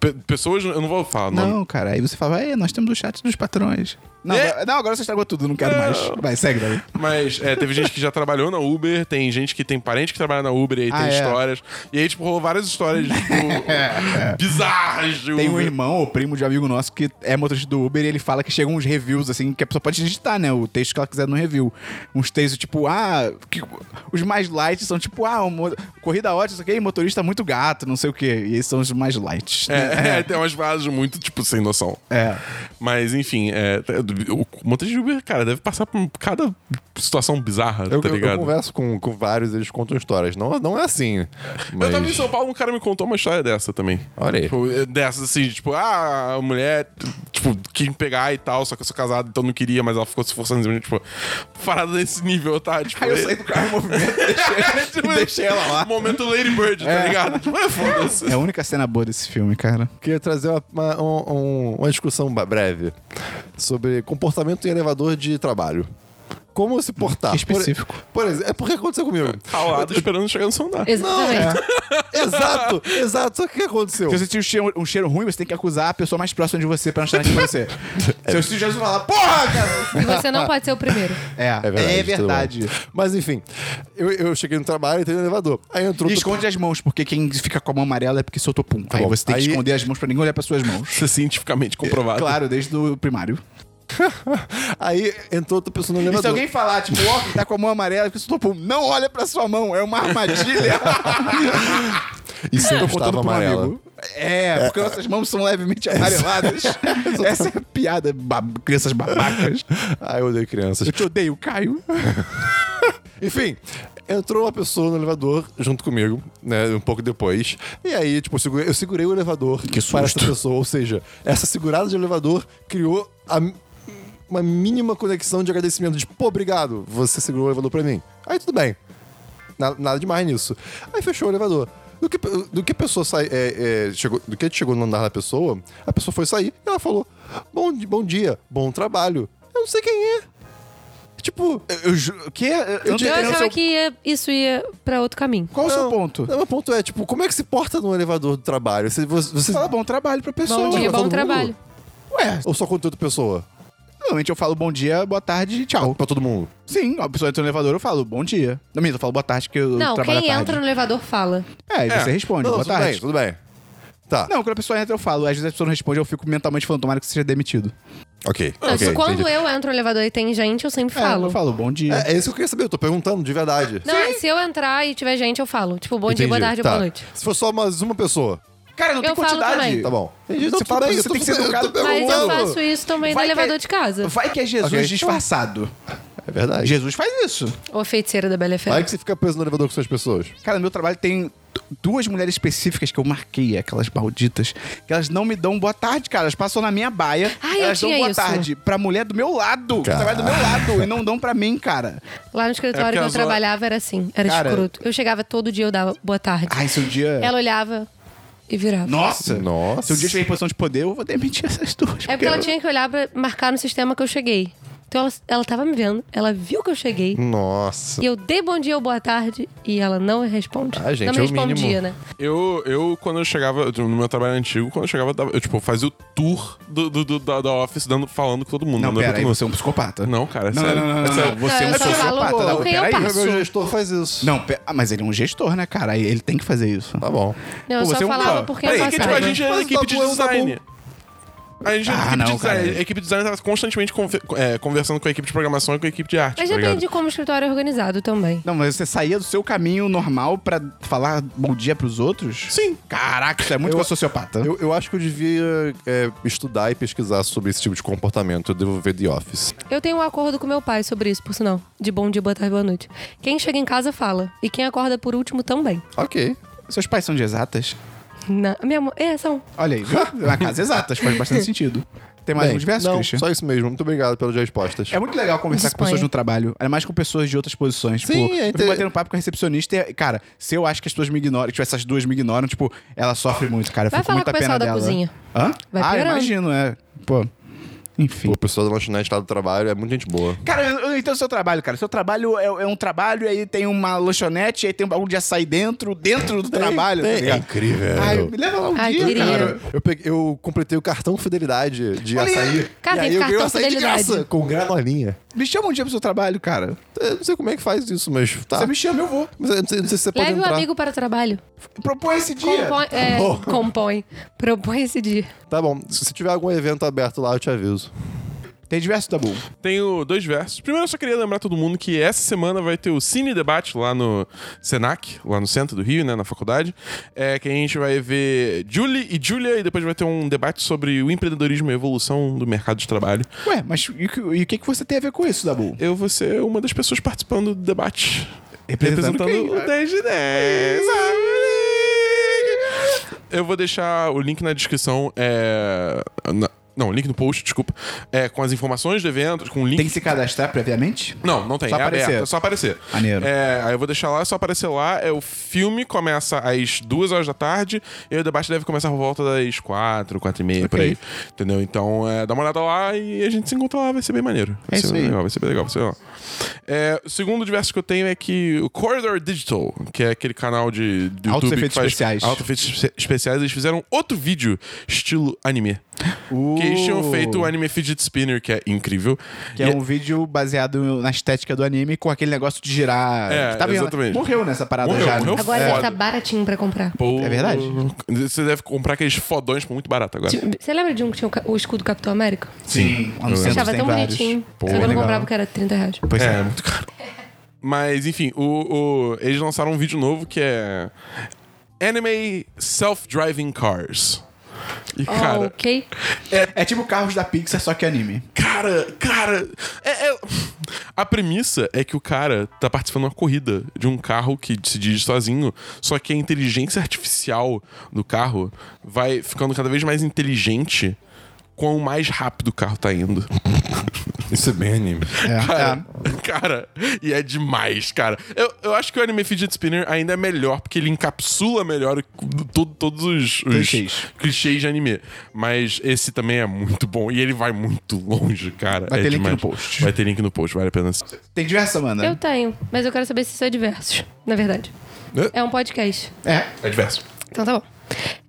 S2: pe- pessoas, eu não vou falar o nome.
S1: Não, cara. Aí você fala, é, nós temos o chat dos patrões. Não,
S2: É.
S1: agora- não, agora você estragou tudo, não quero mais. Vai, segue, Davi.
S2: Mas é, teve gente que já trabalhou na Uber, tem gente que tem parente que trabalha na Uber e aí
S1: Ah,
S2: tem
S1: é.
S2: histórias. E aí, tipo, rolou várias histórias, tipo, bizarras de Uber.
S1: É. Tem um irmão ou primo de amigo nosso que é motorista do Uber e ele fala que chegam uns reviews, assim, que a pessoa pode digitar, né? O texto que ela quiser no review. Uns textos tipo, ah, que- os mais light são tipo, ah, um mo- corrida ótima, isso aqui, e motorista muito gato, não sei o quê. E esses são os mais light. né?
S2: É, é, tem umas frases muito, tipo, sem noção.
S1: É.
S2: Mas, enfim, é, o motorista de Uber, cara, deve passar por cada situação bizarra,
S4: Eu,
S2: tá
S4: eu- eu
S2: ligado?
S4: converso com, com vários, eles contam histórias. Não, não é assim.
S2: Eu
S4: Mas...
S2: tava em São Paulo, um cara me contou uma história dessa também.
S4: Olha aí.
S2: Tipo, é, dessas assim, tipo, ah, a mulher, tipo, quis me pegar e tal, só que eu sou casado, então não queria, mas ela ficou se forçando em cima de mim, tipo, parada desse nível, tá? Tipo,
S1: Aí eu saí do carro em movimento deixei,
S2: Tipo,
S1: e deixei ela lá.
S2: Momento Lady Bird, tá ligado? Tipo, é foda-se.
S1: É a única cena boa desse filme, cara.
S4: Queria trazer uma, uma, um- um- uma discussão ba- breve sobre comportamento em elevador de trabalho. Como se portar?
S1: Que específico.
S4: Por, por exemplo, é porque aconteceu comigo. é,
S2: Calado, esperando chegar no som da.
S3: Exatamente.
S4: exato, exato. Só que o que aconteceu?
S1: Se você sentir um cheiro, um cheiro ruim, você tem que acusar a pessoa mais próxima de você pra não estar de você. Se eu sentir Jesus falar, porra, cara!
S3: E você não pode ser o primeiro.
S1: É, é verdade.
S4: tudo bem. Mas enfim, eu, eu cheguei no trabalho, entrei no elevador. Aí entrou.
S1: E esconde as mãos, porque quem fica com a mão amarela é porque soltou pum. aí
S4: Tá bom.
S1: você tem que
S4: Aí-
S1: esconder as mãos pra ninguém olhar pra suas mãos.
S2: Isso é cientificamente comprovado.
S1: Claro, desde o primário.
S4: Aí entrou outra pessoa no
S1: E
S4: elevador.
S1: se alguém falar, tipo, ó, tá com a mão amarela é porque soltou pum, não olha pra sua mão, é uma armadilha.
S4: E sempre
S1: Tô contando
S4: estava
S1: pra um
S4: amarela.
S1: amigo. É, porque nossas mãos são levemente amareladas. Essa é a piada, ba- crianças babacas.
S4: Ai, eu odeio crianças.
S1: Eu te odeio, Caio.
S4: Enfim, entrou uma pessoa no elevador junto comigo, né? Um pouco depois. E aí, tipo, eu segurei, eu segurei o elevador para essa pessoa. Ou seja, essa segurada de elevador criou a mi- uma mínima conexão de agradecimento. De, pô, obrigado, você segurou o elevador pra mim. Aí tudo bem. Na- nada demais nisso. Aí fechou o elevador. Do que, do que a pessoa sai, é, é, chegou, do que chegou no andar da pessoa, a pessoa foi sair e ela falou: bom, di- bom dia, bom trabalho. Eu não sei quem é. Tipo,
S1: Eu juro. Que? é? Eu
S3: Eu achava que ia- isso ia pra outro caminho.
S1: Qual o seu
S4: Não,
S1: ponto?
S4: Não, meu ponto é, tipo, como é que se porta num elevador do trabalho? Você, você, você-
S1: Fala bom trabalho pra pessoa.
S3: Bom dia,
S4: pra todo
S3: bom
S4: mundo?
S3: trabalho.
S1: Ué,
S4: Ou só conta outra pessoa?
S1: normalmente eu falo bom dia, boa tarde e tchau.
S4: Pra todo mundo.
S1: Sim, a pessoa entra no elevador, eu falo bom dia. Não, minto, eu falo boa tarde, porque eu
S3: Não,
S1: trabalho
S3: quem
S1: à
S3: entra
S1: tarde.
S3: no elevador fala.
S1: É, e você
S2: É.
S1: responde,
S4: Não,
S1: boa
S4: tudo bem,
S1: tarde.
S4: tudo bem. Tá.
S1: Não, quando a pessoa entra, eu falo. Às vezes a pessoa não responde, eu fico mentalmente falando, tomara que você seja demitido.
S4: Ok.
S3: Não,
S4: ok,
S3: isso quando
S4: entendi.
S3: eu entro no elevador e tem gente, eu sempre
S1: É,
S3: falo.
S1: eu falo bom dia.
S4: É, é isso que eu queria saber, eu tô perguntando de verdade.
S3: Não, é, se eu entrar e tiver gente, eu falo. Tipo, bom dia, boa tarde,
S4: tá.
S3: boa noite.
S4: Se for só mais uma pessoa,
S1: Cara, não
S3: Eu falo também.
S4: tá bom.
S1: Você
S4: Não, tudo
S1: fala
S4: bem,
S1: isso,
S4: eu tô um
S1: tem que ser
S4: per- eu
S1: educado.
S4: tô
S3: Mas
S4: perguntando.
S3: eu faço isso também no
S1: Vai que- é
S3: elevador de casa.
S1: Vai que é Jesus
S4: Ok.
S1: disfarçado.
S4: É verdade.
S1: Jesus faz isso.
S3: Ou a feiticeira da Bela e a Fera.
S4: Vai que você fica preso no elevador com suas pessoas.
S1: Cara, no meu trabalho tem du- duas mulheres específicas que eu marquei, aquelas malditas, que elas não me dão boa tarde, cara. Elas passam na minha baia,
S3: Ai, Ah, eu
S1: elas dão
S3: tinha
S1: boa
S3: isso.
S1: tarde pra mulher do meu lado, que trabalha do meu lado, e não dão pra mim, cara.
S3: Lá no
S2: É porque
S3: escritório que eu
S2: as horas-
S3: trabalhava era assim, era
S1: Cara-
S3: escroto. Eu chegava todo dia, eu dava boa tarde.
S1: Ai, se um dia...
S3: Ela olhava e virava.
S1: Nossa!
S4: Nossa.
S1: Se um dia eu estiver em posição de poder, eu vou demitir essas duas.
S3: É porque ela tinha que olhar pra marcar no sistema que eu cheguei. Então ela, ela tava me vendo, ela viu que eu cheguei.
S4: Nossa.
S3: E eu dei bom dia ou boa tarde e ela não responde.
S4: Ah, gente,
S3: não me
S4: é o
S3: respondia, né?
S2: Eu, eu, quando eu chegava, eu- tipo, no meu trabalho antigo, quando eu chegava, eu dava- eu, tipo, fazia o tour do, do- do- da, da office dando, falando com todo mundo.
S1: Não,
S2: andando
S1: pera,
S2: com
S1: aí
S2: todo mundo.
S1: você é um psicopata.
S2: Não, cara, é
S1: não, não,
S2: sério.
S1: não, não, não, não. Você é um
S3: eu só falo
S4: Ah,
S1: sociopata. Não,
S3: com quem eu
S1: peraí.
S3: passo.
S4: tá, Meu gestor faz isso.
S1: Não, pe- ah, mas ele é um gestor, né, cara? Aí Ele tem que fazer isso.
S4: Tá bom.
S3: Não, eu
S1: Pô,
S3: só
S1: você é um-
S3: falava
S1: Não,
S3: porque
S2: Peraí,
S3: eu
S2: que, tipo,
S3: passava.
S1: tá
S2: a gente é
S4: Mas
S2: da
S4: o
S2: equipe de
S4: Dabu é um Dabu.
S2: design. A gente
S1: Ah,
S2: a equipe
S1: não,
S2: de design,
S1: cara.
S2: a equipe de design tá constantemente confe- é, conversando com a equipe de programação e com a equipe de arte.
S3: Mas
S2: tá ligado?
S3: depende de como o escritório é organizado também.
S1: Não, mas você saía do seu caminho normal pra falar bom dia pros outros?
S2: Sim.
S1: Caraca, isso é muito
S4: Eu-
S1: coisa sociopata.
S4: Eu, eu acho que eu devia é, estudar e pesquisar sobre esse tipo de comportamento. Eu devo ver The Office.
S3: Eu tenho um acordo com meu pai sobre isso, por sinal. De bom dia, boa tarde, boa noite. Quem chega em casa fala. E quem acorda por último também.
S4: Ok.
S1: Seus pais são de exatas?
S3: Na... Minha mo- É, são.
S1: Olha aí, viu? É uma casa exatas, faz bastante sentido. Tem mais
S4: Bem,
S1: alguns versos,
S4: não,
S1: Christian?
S4: só isso mesmo. Muito obrigado pelas respostas.
S1: É muito legal conversar com
S3: Disponha.
S1: pessoas no trabalho, ainda mais com pessoas de outras posições.
S4: Sim,
S1: tipo,
S4: é
S1: eu
S4: inte-
S1: fico batendo papo com a recepcionista e, cara, se eu acho que as pessoas me ignoram, tipo, essas duas me ignoram, tipo, ela sofre muito, cara. Eu
S3: Vai
S1: fico com
S3: falar
S1: muita
S3: com o pessoal
S1: pena
S3: da
S1: dela.
S3: cozinha.
S1: Hã?
S3: Vai
S1: ah,
S3: piorando.
S1: imagino, é. Pô. Enfim.
S4: O pessoal da lanchonete lá do trabalho é muita gente boa.
S1: Cara, eu eu entendo o seu trabalho, cara. Seu trabalho é, é um trabalho, aí tem uma lanchonete, aí tem um bagulho de açaí dentro, dentro do trabalho, tá ligado?
S4: incrível.
S1: Ai, me leva lá um
S3: Ai,
S1: dia,
S3: queria.
S1: cara.
S4: Eu, peguei- eu completei o cartão fidelidade de
S1: Olha aí.
S4: açaí.
S3: Cara,
S4: e
S3: tem
S4: aí eu ganhei o
S3: cartão
S4: açaí de
S3: fidelidade.
S4: graça, com granolinha.
S1: Me chama um dia pro seu trabalho, cara.
S4: Eu não sei como é que faz isso, mas tá.
S1: Você me chama, eu vou.
S4: Mas eu não sei, não sei se você pode
S3: Leve o
S4: entrar.
S3: um amigo para o trabalho.
S1: Propõe esse dia.
S3: Compõe. É,
S4: Bom.
S3: compõe. Propõe esse dia.
S4: Tá bom. Se se tiver algum evento aberto lá, eu te aviso.
S1: Tem diversos tabu.
S2: Tenho dois versos. Primeiro, eu só queria lembrar todo mundo que essa semana vai ter o Cine Debate lá no Senac, lá no centro do Rio, né, na faculdade, é, que a gente vai ver Julie e Julia e depois vai ter um debate sobre o empreendedorismo e a evolução do mercado de trabalho.
S1: Ué, mas e o que- e o que, que você tem a ver com isso, Dabu?
S2: Eu vou ser uma das pessoas participando do debate.
S1: Representando quem?
S2: o 10 de 10. Eu vou deixar o link na descrição. É... na- Não, o link no post, desculpa. É, com as informações do evento, com o link
S1: Tem que se cadastrar previamente?
S2: Não, não tem.
S1: Só
S2: é
S1: aparecer.
S2: aberto, é só aparecer.
S1: Maneiro.
S2: É, aí eu vou deixar lá, é só aparecer lá. É, o filme começa às duas horas da tarde e o debate deve começar por volta das quatro, quatro e meia, por aí. Entendeu? Então, é, dá uma olhada lá e a gente se encontra lá, vai ser bem maneiro. Vai
S1: É
S2: ser
S1: isso aí.
S2: legal, vai ser bem legal, vai ser legal. É, o segundo diverso que eu tenho é que o Corridor Digital, que é aquele canal de do
S1: Altos
S2: YouTube que
S1: efeitos
S2: faz
S1: especiais.
S2: altos efeitos espe- especiais, eles fizeram outro vídeo estilo anime. Que eles tinham feito o anime Fidget Spinner, que é incrível.
S1: Uh. Que
S2: E-
S1: é um vídeo baseado na estética do anime com aquele negócio de girar.
S2: É,
S1: que tava em-
S2: exatamente.
S1: Morreu nessa parada
S2: Morreu,
S1: já. né?
S2: morreu
S3: Agora
S4: É.
S3: tá-
S2: foda.
S3: deve estar baratinho para comprar.
S2: Pô,
S1: É verdade? Tipo,
S2: Você deve comprar aqueles fodões por muito barato agora.
S3: Você lembra de um que tinha o ca- o escudo do Capitão América?
S1: Sim, lá no centro
S3: Achava
S1: tem
S3: tão
S1: vários.
S3: bonitinho.
S1: Pô,
S3: Só que eu não
S1: legal.
S3: comprava porque era 30 reais.
S1: Pois é.
S2: É, muito caro. Mas, enfim, o, o- eles lançaram um vídeo novo que é. Anime Self-Driving Cars. E,
S3: Ah,
S2: cara.
S3: ok.
S1: É tipo carros da Pixar, só que anime.
S2: Cara, cara. é- é- A premissa é que o cara tá participando de uma corrida de um carro que se dirige sozinho, só que a inteligência artificial do carro vai ficando cada vez mais inteligente quão mais rápido o carro tá indo.
S4: Isso é bem anime.
S1: É.
S2: Cara, cara, e é demais, cara. Eu, eu acho que o anime Fidget Spinner ainda é melhor, porque ele encapsula melhor o- todo- todos os, os
S1: Clichês.
S2: clichês de anime. Mas esse também é muito bom e ele vai muito longe, cara.
S1: Vai
S2: É
S1: ter link
S2: demais.
S1: no post.
S2: Vai ter link no post, vale a pena.
S1: É. Tem diversos, Amanda.
S3: Eu tenho, mas eu quero saber se isso é diversos, na verdade.
S2: Hã?
S3: É um podcast.
S1: É.
S2: É diverso.
S3: Então tá bom.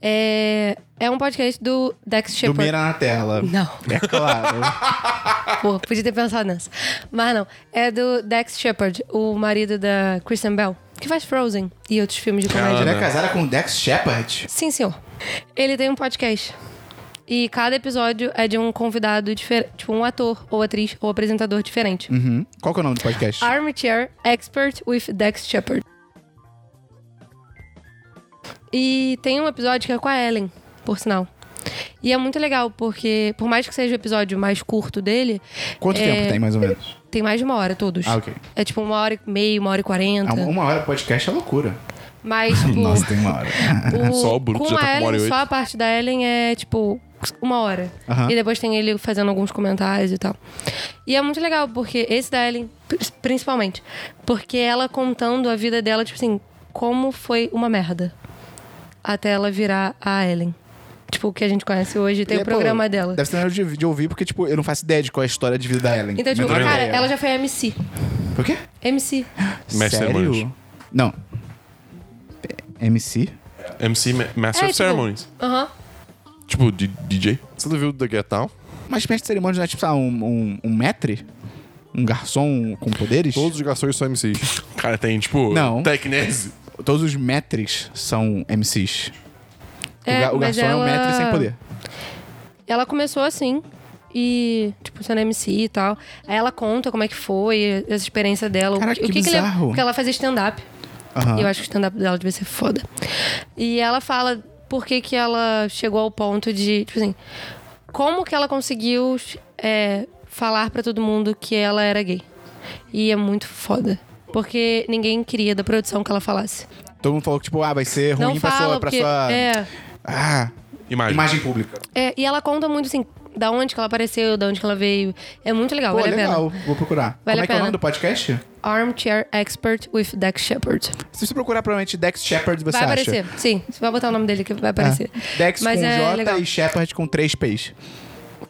S3: É, é um podcast do Dex
S1: Do
S3: Shepard.
S1: Mira na tela.
S3: Não,
S1: É claro.
S2: Ah,
S3: pô, podia ter pensado nessa. Mas não. É do Dex Shepard, o marido da Kristen Bell, que faz Frozen e outros filmes de comédia.
S1: Ela
S2: né?
S1: é casada com o Dex Shepard.
S3: Sim, senhor. Ele tem um podcast. E cada episódio é de um convidado diferente, tipo um ator, ou atriz, ou apresentador diferente.
S1: Uhum. Qual que é o nome do podcast?
S3: Ah, Armchair Expert with Dex Shepard. E tem um episódio que é com a Ellen, por sinal. E é muito legal, porque por mais que seja o episódio mais curto dele,
S1: Quanto
S3: é-
S1: tempo tem, mais ou menos?
S3: tem mais de uma hora todos.
S1: Ah, ok.
S3: É tipo uma hora e meia, uma hora e quarenta.
S1: Ah, Uma hora de podcast é loucura.
S3: Mas, tipo,
S1: Nossa, tem uma hora.
S3: o,
S2: Só o Bruto
S3: com
S2: já tá
S3: a
S2: com uma hora e
S3: Ellen,
S2: oito.
S3: só a parte da Ellen é tipo uma hora.
S1: Aham.
S3: E depois tem ele fazendo alguns comentários e tal. E é muito legal, porque esse da Ellen, pri- principalmente, porque ela contando a vida dela, tipo assim, como foi uma merda. Até ela virar a Ellen. Tipo, o que a gente conhece hoje, tem
S1: E,
S2: é,
S3: o
S1: pô,
S3: programa dela.
S1: Deve ser melhor de, de ouvir, porque, tipo, eu não faço ideia de qual é a história de vida da Ellen.
S3: Então, tipo,
S1: Menor
S3: cara,
S1: ideia.
S3: ela já foi MC.
S1: O quê?
S3: MC.
S2: Mestre Ceremonies.
S1: Sério? Não. É- MC?
S2: MC Ma- Master
S3: É,
S2: of
S3: tipo-
S2: Ceremonies.
S3: Aham.
S2: Tipo, D- DJ.
S4: Você não viu o The Get Down?
S1: Mas mestre de cerimônia não é tipo, sabe, um, um, um metre? Um garçom com poderes?
S4: Todos os garçons são MCs.
S2: Cara, tem, tipo,
S1: Não.
S2: Tecnese.
S1: Todos os metres são MCs. O ga- o,
S3: mas
S1: garçom é um
S3: ela-
S1: metre sem poder.
S3: Ela começou assim. E, tipo, sendo MC e tal. Aí ela conta como é que foi, essa experiência dela. o
S1: Caraca,
S3: o
S1: que
S3: que, que leva-
S1: bizarro.
S3: Porque ela fazia stand-up.
S1: Aham.
S3: E eu acho que o stand-up dela devia ser foda. E ela fala por que que ela chegou ao ponto de, tipo assim, como que ela conseguiu é, falar pra todo mundo que ela era gay. E é muito foda. Porque ninguém queria da produção que ela falasse.
S1: Todo mundo falou que, tipo, ah, vai ser
S3: Não
S1: ruim pra
S3: fala,
S1: sua. Pra
S3: porque...
S1: sua
S3: É,
S1: Ah,
S2: Imagem.
S1: imagem pública.
S3: é, e ela conta muito, assim, da onde que ela apareceu, da onde que ela veio. É muito legal,
S1: Pô,
S3: vale a pena.
S1: legal, vou procurar.
S3: Vale
S1: Como
S3: a
S1: é que é o
S3: pena.
S1: nome do podcast?
S3: Armchair Expert with Dex Shepard.
S1: Se você procurar provavelmente Dex Shepard, você
S3: Vai
S1: acha.
S3: aparecer, sim. Você vai botar o nome dele que vai aparecer.
S1: É. Dex
S3: Mas
S1: com
S3: é
S1: J
S3: legal.
S1: e Shepard com três P's.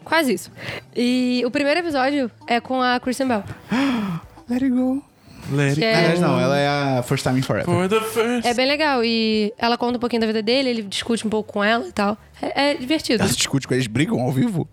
S3: Quase isso. E o primeiro episódio é com a Kristen Bell.
S1: Let it go.
S2: Let
S3: Que
S2: it
S1: Na
S3: é,
S1: verdade, não, ela é a First Time in Forever.
S2: for the first.
S3: é bem legal. E ela conta um pouquinho da vida dele, ele discute um pouco com ela e tal. É, é divertido.
S1: Ela se discute com eles, brigam ao vivo?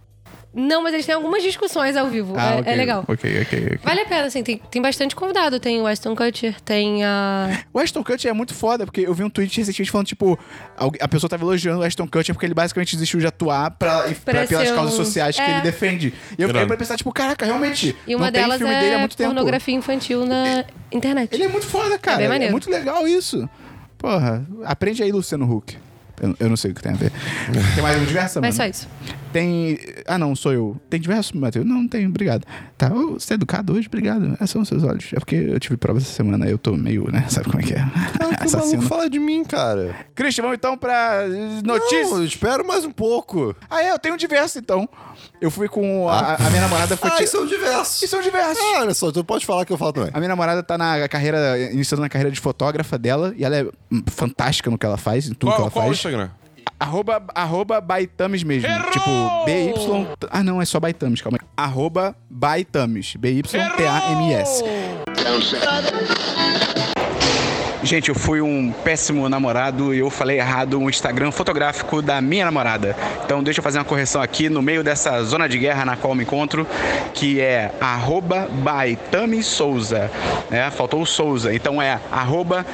S3: Não, mas eles têm algumas discussões ao vivo. é, é
S1: Ah, ok.
S3: legal.
S1: Ok, ok, ok.
S3: Vale a pena, assim, tem, tem bastante convidado. Tem o Aston Kutcher, tem a.
S1: O Ashton Kutcher é muito foda, porque eu vi um tweet recentemente falando, tipo, algu- a pessoa tava elogiando o Ashton Kutcher porque ele basicamente desistiu de atuar pra, e- pra-
S3: Pra
S1: pelas
S3: ser
S1: causas
S3: um-
S1: sociais que
S3: é.
S1: ele defende. E eu fiquei
S2: Irado.
S1: pra pensar, tipo, caraca, realmente,
S3: E uma
S1: não
S3: delas
S1: tem filme dele há
S3: é
S1: muito tempo.
S3: pornografia infantil na internet.
S1: Ele é muito foda, cara.
S3: bem
S1: É,
S3: maneiro.
S1: muito legal isso. Porra, aprende aí, Luciano Huck. Eu, eu não sei o que tem a ver. Tem mais um diversa,
S3: Mas
S1: mano?
S3: só isso.
S1: Tem. Ah, não, sou eu. Tem diverso, Matheus? Não, não tem, obrigado. Tá, ô, você é educado hoje? Obrigado. É, são os seus olhos. É porque eu tive prova essa semana, eu tô meio, né? Sabe como é que é?
S4: Cara, que o maluco fala de mim, cara.
S1: Christian, vamos então pra eh, notícias.
S4: Não, eu espero mais um pouco.
S1: Ah, é, eu tenho um diverso então. Eu fui com. A, a minha namorada foi.
S4: Ah,
S1: ti-
S4: isso é um diverso.
S1: Isso é um diverso.
S4: Ah, olha só, tu pode falar que eu falo também.
S1: A minha namorada tá na carreira, iniciando na carreira de fotógrafa dela, e ela é hum, fantástica no que ela faz, em tudo que
S2: Qual,
S1: ela
S2: qual o
S1: faz.
S2: Instagram?
S1: Arroba, arroba Baitames mesmo.
S2: Errou!
S1: Tipo, BY. Ah, não, é só Baitames, calma aí. Arroba Baitames. B-Y-T-A-M-S. Gente, eu fui um péssimo namorado e eu falei errado um Instagram fotográfico da minha namorada. Então deixa eu fazer uma correção aqui no meio dessa zona de guerra na qual eu me encontro, que é arroba by Tami Souza. né? faltou o Souza. Então é arroba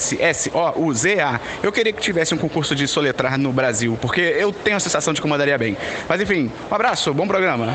S1: B-Y-T-A-M-I-S-S-O-U-Z-A. Eu queria que tivesse um concurso de soletrar no Brasil, porque eu tenho a sensação de que eu mandaria bem. Mas enfim, um abraço, bom programa.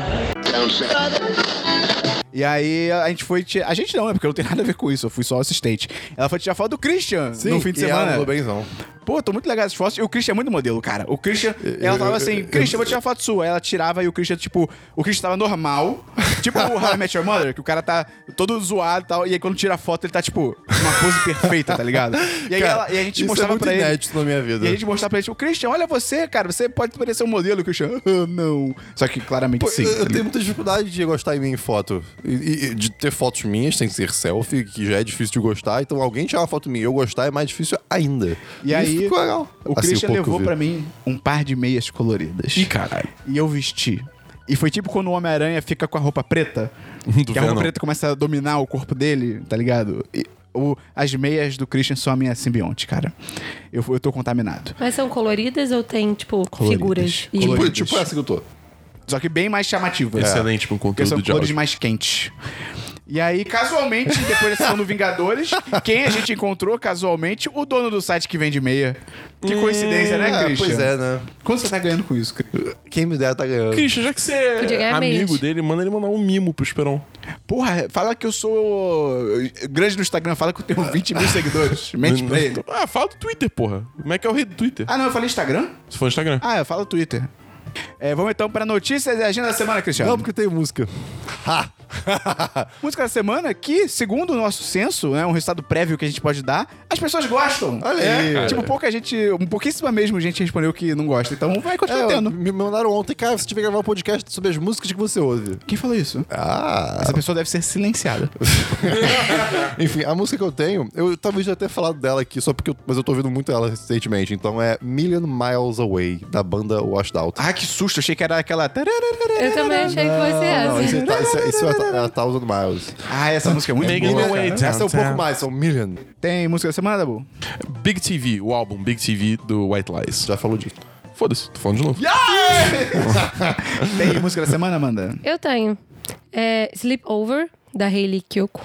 S1: E aí a gente foi. tirar- A gente não, né? Porque eu não tenho nada a ver com isso. Eu fui só assistente. Ela foi tirar foto do Christian no fim de semana.
S4: Tudo bemzão.
S1: Pô, tô muito legal essas fotos. E o Christian é muito modelo, cara. O Christian, ela falava assim: Christian, eu vou tirar foto sua. Aí ela tirava e o Christian, tipo, o Christian tava normal. Tipo o How I Met Your Mother, que o cara tá todo zoado e tal. E aí quando tira a foto, ele tá, tipo, uma pose perfeita, tá ligado? E aí
S4: Cara,
S1: ela- e a gente
S4: isso é
S1: mostrava
S4: muito
S1: pra ele.
S4: inédito na minha vida.
S1: E a gente mostrava pra ele, tipo, Christian, olha você, cara. Você pode parecer um modelo, Christian. Ah, não. Só que claramente
S4: Pô,
S1: sim. tá
S4: eu, eu
S1: ligado?
S4: tenho muita dificuldade de gostar em mim em foto. E, e- e de ter fotos minhas, tem que ser selfie, que já é difícil de gostar. Então alguém tirar uma foto minha e eu gostar é mais difícil ainda.
S1: E aí,
S4: ficou legal.
S1: o
S4: Assim,
S1: Christian
S4: pouco
S1: levou
S4: que eu
S1: pra
S4: vi.
S1: mim um par de meias coloridas.
S2: Ih, caralho.
S1: E eu vesti. E foi tipo quando o Homem-Aranha fica com a roupa preta.
S2: Do
S1: que a roupa
S2: Venom.
S1: preta começa a dominar o corpo dele, tá ligado? E o- as meias do Christian são a minha simbionte, cara. Eu, eu tô contaminado.
S3: Mas são coloridas ou tem, tipo,
S1: Coloridas.
S3: figuras? E...
S1: Coloridas.
S4: Tipo, tipo essa que eu tô.
S1: Só que bem mais chamativas. É.
S2: Excelente pro
S1: Porque são
S2: conteúdo de
S1: cores
S2: áudio.
S1: mais quentes. E aí, casualmente, depois da sessão do Vingadores, quem a gente encontrou casualmente? O dono do site que vende meia. Que coincidência, né,
S4: Ah,
S1: Christian?
S4: pois é, né?
S1: Quanto você tá ganhando com isso, Christian?
S4: Quem me der tá ganhando.
S2: Christian, já que você
S3: Podia
S2: é
S3: ganhar
S2: amigo
S3: mês.
S2: dele, manda ele mandar um mimo pro Esperon.
S1: Porra, fala que eu sou eh, grande no Instagram, fala que eu tenho 20 mil seguidores. Mente pra ele.
S2: Ah, fala do Twitter, porra. Como é que é o rei do Twitter?
S1: Ah, não, eu falei Instagram?
S2: Se for no Instagram.
S1: Ah, eu falo Twitter. É, vamos então pra notícias e agenda da semana, Cristiano.
S4: Não, porque tem música. Ha!
S1: Música da semana que, segundo o nosso censo, né, um resultado prévio que a gente pode dar, as pessoas gostam.
S4: Olha aí, cara.
S1: Tipo, pouca gente, um pouquíssima mesmo gente respondeu que não gosta. Então vai
S4: É,
S1: continuar tendo.
S4: me mandaram ontem, cara, você tiver que gravar um podcast sobre as músicas que você ouve.
S1: Quem falou isso?
S4: Ah!
S1: Essa pessoa deve ser silenciada.
S4: Enfim, a música que eu tenho, eu talvez já tenha falado dela aqui, só porque eu, mas eu tô ouvindo muito ela recentemente. Então é Million Miles Away, da banda Washed Out.
S1: ah, que susto. Achei que era aquela...
S3: Eu também achei que fosse essa.
S4: Não, isso é, ta- isso é, isso é a, a Thousand Miles.
S1: Ah, essa música é muito
S2: Megan
S1: boa,
S2: Away.
S1: cara.
S4: Essa é um pouco
S2: Downtown.
S4: mais, são Million.
S1: Tem música da semana, Dabu?
S2: Big TV, o álbum Big TV do White Lies.
S4: Já falou disso.
S2: Foda-se, tô falando de novo.
S1: Tem música da semana, Amanda?
S3: Eu tenho. É, Sleepover, da Hayley Kyoko.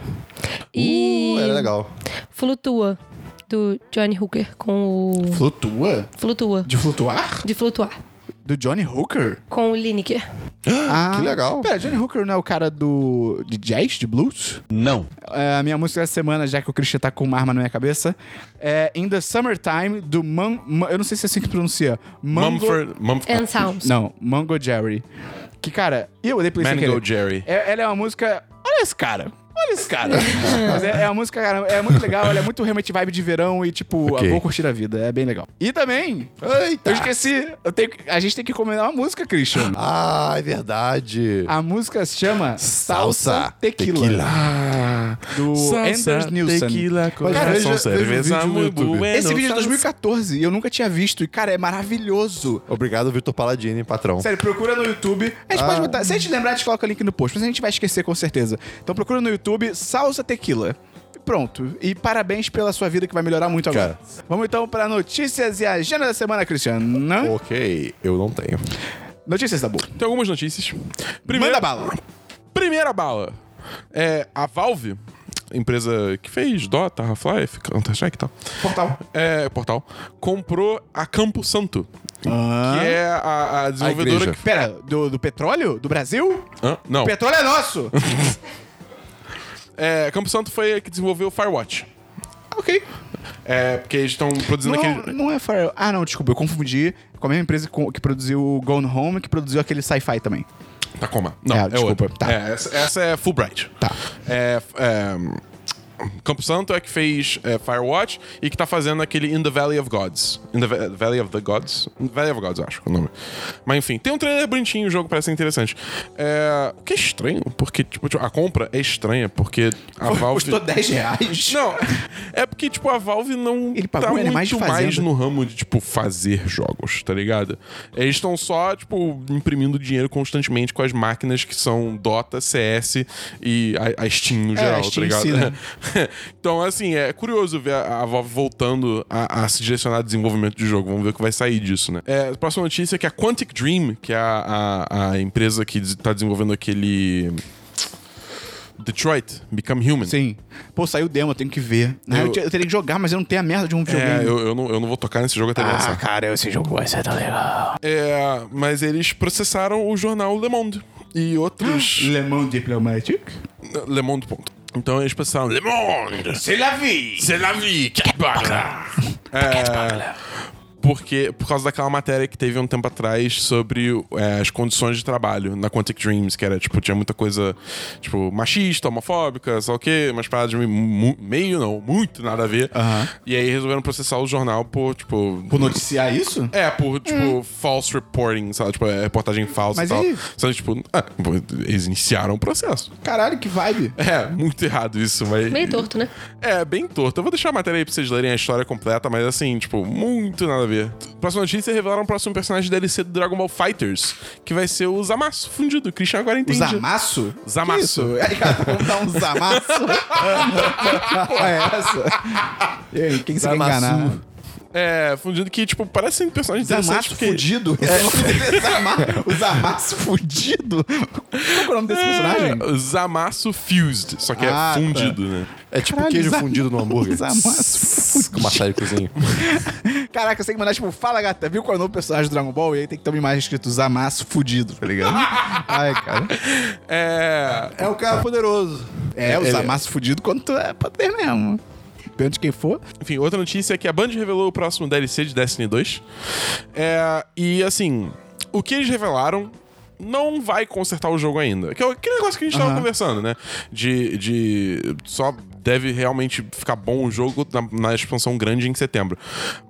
S3: E
S4: Uh, era legal.
S3: Flutua, do Johnny Hooker, com o...
S1: Flutua?
S3: Flutua.
S1: De flutuar?
S3: De flutuar.
S1: Do Johnny Hooker?
S3: com o Lineker.
S1: Ah,
S4: que legal.
S1: Pera, Johnny Hooker não é o cara do. de jazz, de blues?
S5: Não.
S1: É, a minha música dessa semana, já que o Christian tá com uma arma na minha cabeça, é In the Summertime, do Man. Ma- eu não sei se é assim que pronuncia. Mango.
S2: Mumford. Mumford.
S3: And Sounds.
S1: Não, Mango Jerry. Que, cara, eu odeio Play sem
S2: Mango
S1: querer.
S2: Jerry.
S1: É- ela é uma música. Olha esse cara. Olha esse cara. Mas é, é uma música, cara, é muito legal. Ela é muito realmente vibe de verão e, tipo,
S4: Ok.
S1: vou curtir a vida. É bem legal. E também, eu esqueci. eu tenho que- a gente tem que combinar uma música, Christian.
S4: Ah, é verdade.
S1: A música se chama Salsa, Tequila.
S2: Ah,
S1: Do Anders Nielsen.
S4: Cara, veja- veja o vídeo no YouTube.
S1: Esse vídeo é de 2014 e eu nunca tinha visto. E, cara, é maravilhoso.
S4: Obrigado, Vitor Paladini, patrão.
S1: Sério, procura no YouTube. A gente pode botar. Se a gente lembrar, a gente coloca o link no post, mas a gente vai esquecer com certeza. Então procura no YouTube Salsa Tequila. E Pronto. E parabéns pela sua vida que vai melhorar muito agora. Vamos então para notícias e agenda da semana, Cristiano.
S4: Ok, eu não tenho.
S1: Notícias da boa.
S2: Tem algumas notícias.
S1: Manda bala.
S2: Primeira bala. É, a Valve, empresa que fez Dota, Half-Life, Counter-Strike e tal,
S1: Portal.
S2: é, Portal, comprou a Campo Santo, que é a, a desenvolvedora
S4: igreja.
S2: que...
S1: Ah. Pera, do, do petróleo? Do Brasil?
S2: Hã? Não.
S1: O petróleo é nosso!
S2: É, Campo Santo foi a que desenvolveu o Firewatch.
S1: Ah, ok.
S2: É, porque eles estão produzindo
S1: Não,
S2: aquele...
S1: não é Fire. Ah, não, desculpa, eu confundi com a mesma empresa que, que produziu o Gone Home, que produziu aquele sci-fi também.
S2: Tacoma. Não,
S1: É,
S2: é,
S1: desculpa,
S2: outra.
S1: tá.
S2: É, essa, essa é Fulbright.
S1: Tá.
S2: É, é, Campo Santo é que fez é, Firewatch e que tá fazendo aquele In the Valley of Gods. In the Va- Valley of the Gods? In the Valley of Gods, eu acho que é o nome. Mas enfim, tem um trailer bonitinho, o jogo parece interessante. É, o que é estranho, porque tipo, a compra é estranha, porque a Valve...
S1: Custou 10 reais.
S2: Não, é porque, tipo, a Valve não
S1: Ele pagou né?
S2: tá
S1: ele é
S2: muito
S1: mais
S2: mais,
S1: de fazenda.
S2: no ramo de, tipo, fazer jogos, tá ligado? Eles estão só, tipo, imprimindo dinheiro constantemente com as máquinas que são Dota, CS e a, a Steam no geral,
S1: É, a Steam
S2: tá
S1: em si, né?
S2: ligado? então, assim, é curioso ver a, a Valve voltando a, a se direcionar ao desenvolvimento de jogo. Vamos ver o que vai sair disso, né? É, a próxima notícia é que a Quantic Dream, que é a, a- a empresa que des- tá desenvolvendo aquele... Detroit, Become Human.
S1: Sim. Pô, saiu o demo, eu tenho que ver. Na real, Eu,
S2: Eu-
S1: te- eu teria que jogar, mas eu não tenho a merda de um
S2: É,
S1: videogame. Ah,
S2: eu, eu não, eu não vou tocar nesse jogo até ele lançar.
S1: cara, esse jogo vai ser tão legal.
S2: É, mas eles processaram o jornal Le Monde e outros.
S1: Le Monde Diplomatic?
S2: Le Monde, ponto. Então eles processaram Le Monde!
S1: C'est la vie!
S2: C'est la vie! Que barra! É, porque, por causa daquela matéria que teve um tempo atrás sobre é, as condições de trabalho na Quantic Dreams, que era, tipo, tinha muita coisa, tipo, machista, homofóbica, sei lá o quê, umas paradas de mu- meio, não, muito nada a ver.
S1: Aham.
S2: E aí resolveram processar o jornal por, tipo...
S1: Vou noticiar isso?
S2: É, por, tipo, false reporting, sabe? Tipo, é, reportagem falsa
S1: Mas
S2: e tal.
S1: e aí?
S2: Sabe, tipo, ah, pô, eles iniciaram o processo.
S1: Caralho, que vibe.
S2: É, muito errado isso, mas...
S3: Meio torto, né?
S2: É, bem torto. Eu vou deixar a matéria aí pra vocês lerem a história completa, mas assim, tipo, muito nada a ver. Próxima notícia, revelaram o próximo personagem DLC do Dragon Ball Fighters, que vai ser o Zamasu fundido. O Christian agora
S1: O
S2: entende.
S1: Zamaço?
S2: Zamaço.
S1: Aí, cara, vamos dar um Zamaço? Que porra é essa? E aí, quem você quer
S4: Zamaçu.
S1: enganar?
S2: É, fundido que, tipo, parece um personagem interessante.
S1: Zamaço
S2: porque-
S1: fudido? Esse é o nome dele, Zama- O Zamaço fudido? Qual que é o nome desse personagem?
S2: É, Zamasu Fused, só que
S1: Ah, tá.
S2: é fundido, né?
S4: É tipo
S1: Caralho,
S4: queijo
S1: Zam-
S4: fundido no hambúrguer.
S1: Zamasu.
S4: Com maçã de cozinha.
S1: Caraca, eu sei que mandar, tipo, fala gata, viu qual é o novo personagem do Dragon Ball? E aí tem que ter uma imagem escrito Zamasu fudido, tá ligado? Ai, cara. Ah.
S2: É...
S4: É um cara poderoso.
S1: É, o
S4: Ele-
S1: Zamasu fudido quando tu é poder mesmo. Depende de quem for.
S2: Enfim, outra notícia é que a Band revelou o próximo DLC de Destiny 2. É, e assim, o que eles revelaram não vai consertar o jogo ainda. Que é aquele negócio que a gente tava conversando, né? De, de. Só deve realmente ficar bom o jogo na, na expansão grande em setembro.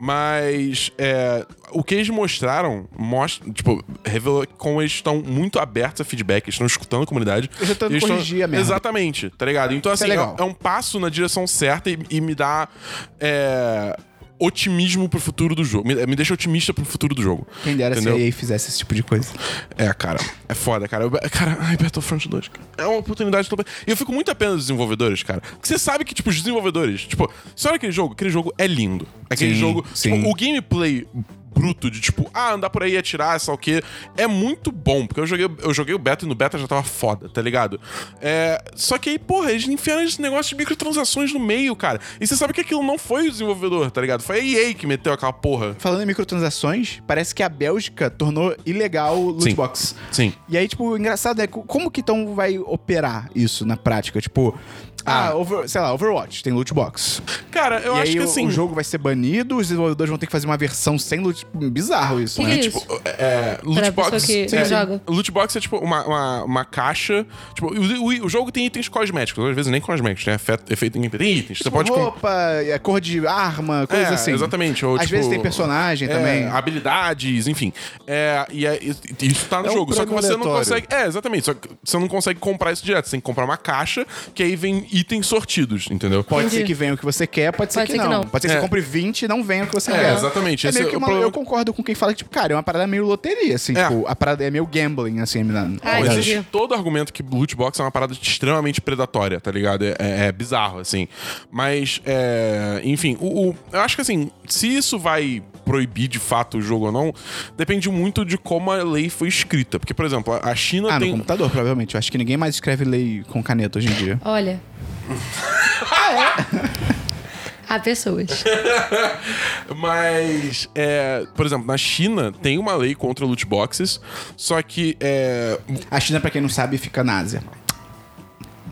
S2: Mas é, o que eles mostraram, mostra, tipo, revelou como eles estão muito abertos a feedback, eles estão escutando a comunidade.
S1: Eles estão tentando
S2: Eles estão-
S1: corrigir a merda.
S2: Exatamente, tá ligado? Então,
S1: Isso é
S2: assim, é,
S1: legal.
S2: é um passo na direção certa e, e me dá. é, otimismo pro futuro do jogo. Me, me deixa otimista pro futuro do jogo.
S1: Quem dera
S2: Entendeu?
S1: se a EA fizesse esse tipo de coisa.
S2: É, cara. É foda, cara. Eu- cara, ai, Battlefront 2. cara. É uma oportunidade. tão- E eu fico muito a pena dos desenvolvedores, cara. Porque você sabe que, tipo, os desenvolvedores. Tipo, você olha aquele jogo, aquele jogo é lindo. Aquele
S1: Sim,
S2: jogo.
S1: sim.
S2: Tipo, o gameplay bruto de tipo, ah, andar por aí e atirar, sei lá o quê, é muito bom, porque eu joguei, eu joguei o beta e no beta já tava foda, tá ligado? É, só que aí, porra, eles enfiaram esse negócio de microtransações no meio, cara. E você sabe que aquilo não foi o desenvolvedor, tá ligado? Foi a EA que meteu aquela porra.
S1: Falando em microtransações, parece que a Bélgica tornou ilegal o loot
S2: Sim.
S1: box.
S2: Sim.
S1: E aí, tipo, engraçado é co- como que então vai operar isso na prática? Tipo, ah, over- sei lá, Overwatch tem loot box.
S2: Cara, eu
S1: e
S2: acho
S1: aí
S2: que
S1: o,
S2: assim.
S1: o jogo vai ser banido, os desenvolvedores vão ter que fazer uma versão sem loot. Bizarro isso,
S3: Que
S1: né?
S3: que é
S2: Tipo, é,
S3: Pra
S2: loot
S3: pessoa
S2: box,
S3: que
S2: é,
S3: não joga.
S2: loot box é tipo uma, uma, uma caixa. Tipo, o, o- o jogo tem itens cosméticos, às vezes nem cosméticos, né? Fe- Efeito em tem itens. Você
S1: Tipo,
S2: pode com-
S1: roupa, é, cor de arma, coisa
S2: É,
S1: assim.
S2: Exatamente. Ou,
S1: Às
S2: tipo,
S1: vezes tem personagem
S2: é,
S1: também.
S2: Habilidades, enfim. É, e é- e- e isso tá no
S4: É um
S2: jogo. Só que
S4: prêmio
S2: você não
S4: aleatório.
S2: consegue. É, exatamente. Só que você não consegue comprar isso direto. Você tem que comprar uma caixa, que aí vem itens sortidos, entendeu?
S1: Pode
S3: Entendi.
S1: ser que venha o que você quer, pode ser, que, não. Pode ser que
S2: É.
S1: você compre 20 e não venha o que você
S2: É,
S1: quer.
S2: exatamente.
S1: É
S2: Esse
S1: meio
S2: é
S1: que
S2: o
S1: uma-
S2: problema.
S1: Eu concordo com quem fala que, tipo, cara, é uma parada meio loteria, assim.
S2: É.
S1: Tipo, a parada é meio gambling, assim. na-
S3: Ah,
S2: Não,
S3: entendi.
S2: existe todo argumento que loot box é uma parada extremamente predatória, tá ligado? É, é- é bizarro, assim. Mas, é, enfim, o, o- eu acho que assim, se isso vai proibir de fato o jogo ou não, depende muito de como a lei foi escrita. Porque, por exemplo, a a China
S1: Ah,
S2: tem.
S1: no computador, provavelmente. Eu acho que ninguém mais escreve lei com caneta hoje em dia.
S3: Olha. Há pessoas.
S2: Mas, é, por exemplo, na China tem uma lei contra loot boxes, só que é,
S1: A China, pra quem não sabe, fica na Ásia.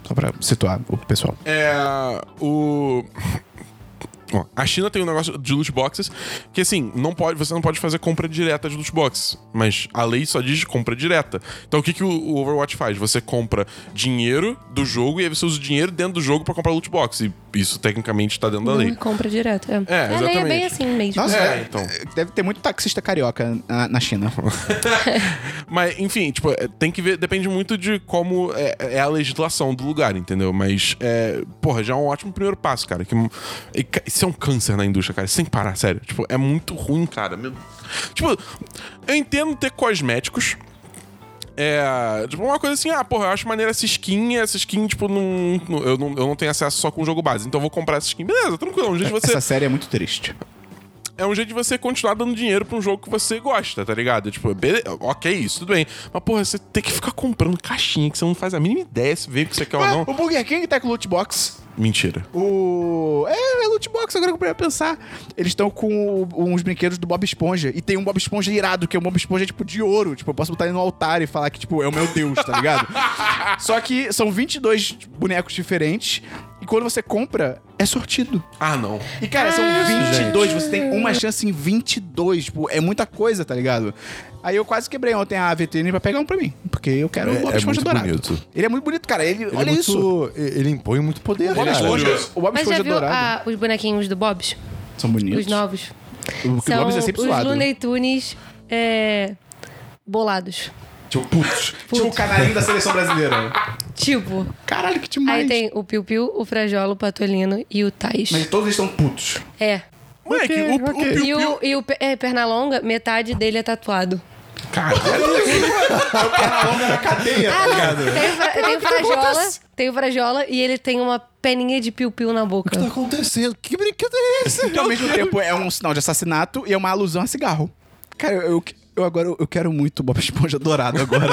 S1: Só pra situar o pessoal.
S2: é, o Ó, a China tem um negócio de loot boxes que assim, não pode, você não pode fazer compra direta de loot boxes, mas a lei só diz compra direta. Então o que, que o- o Overwatch faz? Você compra dinheiro do jogo e aí você usa o dinheiro dentro do jogo pra comprar loot box. E isso tecnicamente tá dentro da lei.
S3: Não compra direto. É,
S2: É,
S3: a lei é bem
S2: exatamente.
S3: assim mesmo.
S1: Nossa,
S2: É,
S1: é,
S2: então.
S1: deve ter muito taxista carioca na, na China.
S2: Mas, enfim, tipo, é, tem que ver, depende muito de como é, é a legislação do lugar, entendeu? Mas, é, porra, já é um ótimo primeiro passo, cara. Que, e ca- isso é um câncer na indústria, cara, sem parar, sério. Tipo, é muito ruim, cara. Meu- tipo, eu entendo ter cosméticos. É, tipo, uma coisa assim, ah, porra, eu acho maneira essa skin, e essa skin, tipo, não, não- eu, não, eu não tenho acesso só com o jogo base, então eu vou comprar essa skin. Beleza, tranquilo, um jeito de você
S1: Essa série é muito triste.
S2: é um jeito de você continuar dando dinheiro pra um jogo que você gosta, tá ligado? Tipo, bele- ok, isso tudo bem. Mas, porra, você tem que ficar comprando caixinha que você não faz a mínima ideia se vê o que você quer ou
S1: Ah,
S2: Então, não.
S1: o Burger King tá com loot box.
S2: Mentira.
S1: O. É, é loot box, agora que eu parei pra pensar. Eles estão com o- uns brinquedos do Bob Esponja. E tem um Bob Esponja irado, que é um Bob Esponja tipo de ouro. Tipo, eu posso botar ele no altar e falar que, tipo, é o meu Deus, tá ligado? Só que são 22 bonecos diferentes. E quando você compra, é sortido.
S2: Ah, não.
S1: E, cara, são 22. Você tem uma chance em 22. Tipo, é muita coisa, tá ligado? Aí eu quase quebrei ontem a vitrine pra pegar um pra mim. Porque eu quero o Bob
S2: é
S1: Esponja
S2: muito
S1: dourado.
S2: bonito.
S1: Ele é muito bonito, cara. Ele,
S4: Ele é
S1: olha
S4: muito-
S1: isso.
S4: e- Ele impõe muito poder,
S1: O Bob
S4: cara.
S2: Esponja-
S1: Esponja, o Bob
S3: Mas já
S1: Esponja
S3: viu
S1: é dourado.
S3: ah, os bonequinhos do Bob's?
S1: São bonitos.
S3: Os novos?
S1: O que o
S3: São
S1: Bob's é sempre
S3: os
S1: suado.
S3: Looney Tunes é, bolados.
S2: Tipo, putz.
S1: Tipo o canarinho da seleção brasileira.
S3: Tipo,
S1: Caralho, que demais.
S3: aí tem o Piu Piu, o Frajola, o Patolino e o Tais.
S1: Mas todos eles estão putos.
S3: É.
S2: Moleque, o, o
S1: ok.
S2: Piu
S3: E
S2: Piu.
S3: o, e o pe- é, Pernalonga, metade dele é tatuado.
S2: Cara,
S1: Longa é na cadeia. tá
S3: Ah, não. Tem o, fra, tem o Frajola, tem o Frajola e ele tem uma peninha de Piu Piu na boca.
S4: O que tá acontecendo? Que brinquedo é esse?
S1: Que ao mesmo tempo é um sinal de assassinato e é uma alusão a cigarro. Cara, eu, eu agora eu quero muito Bob Esponja dourado agora.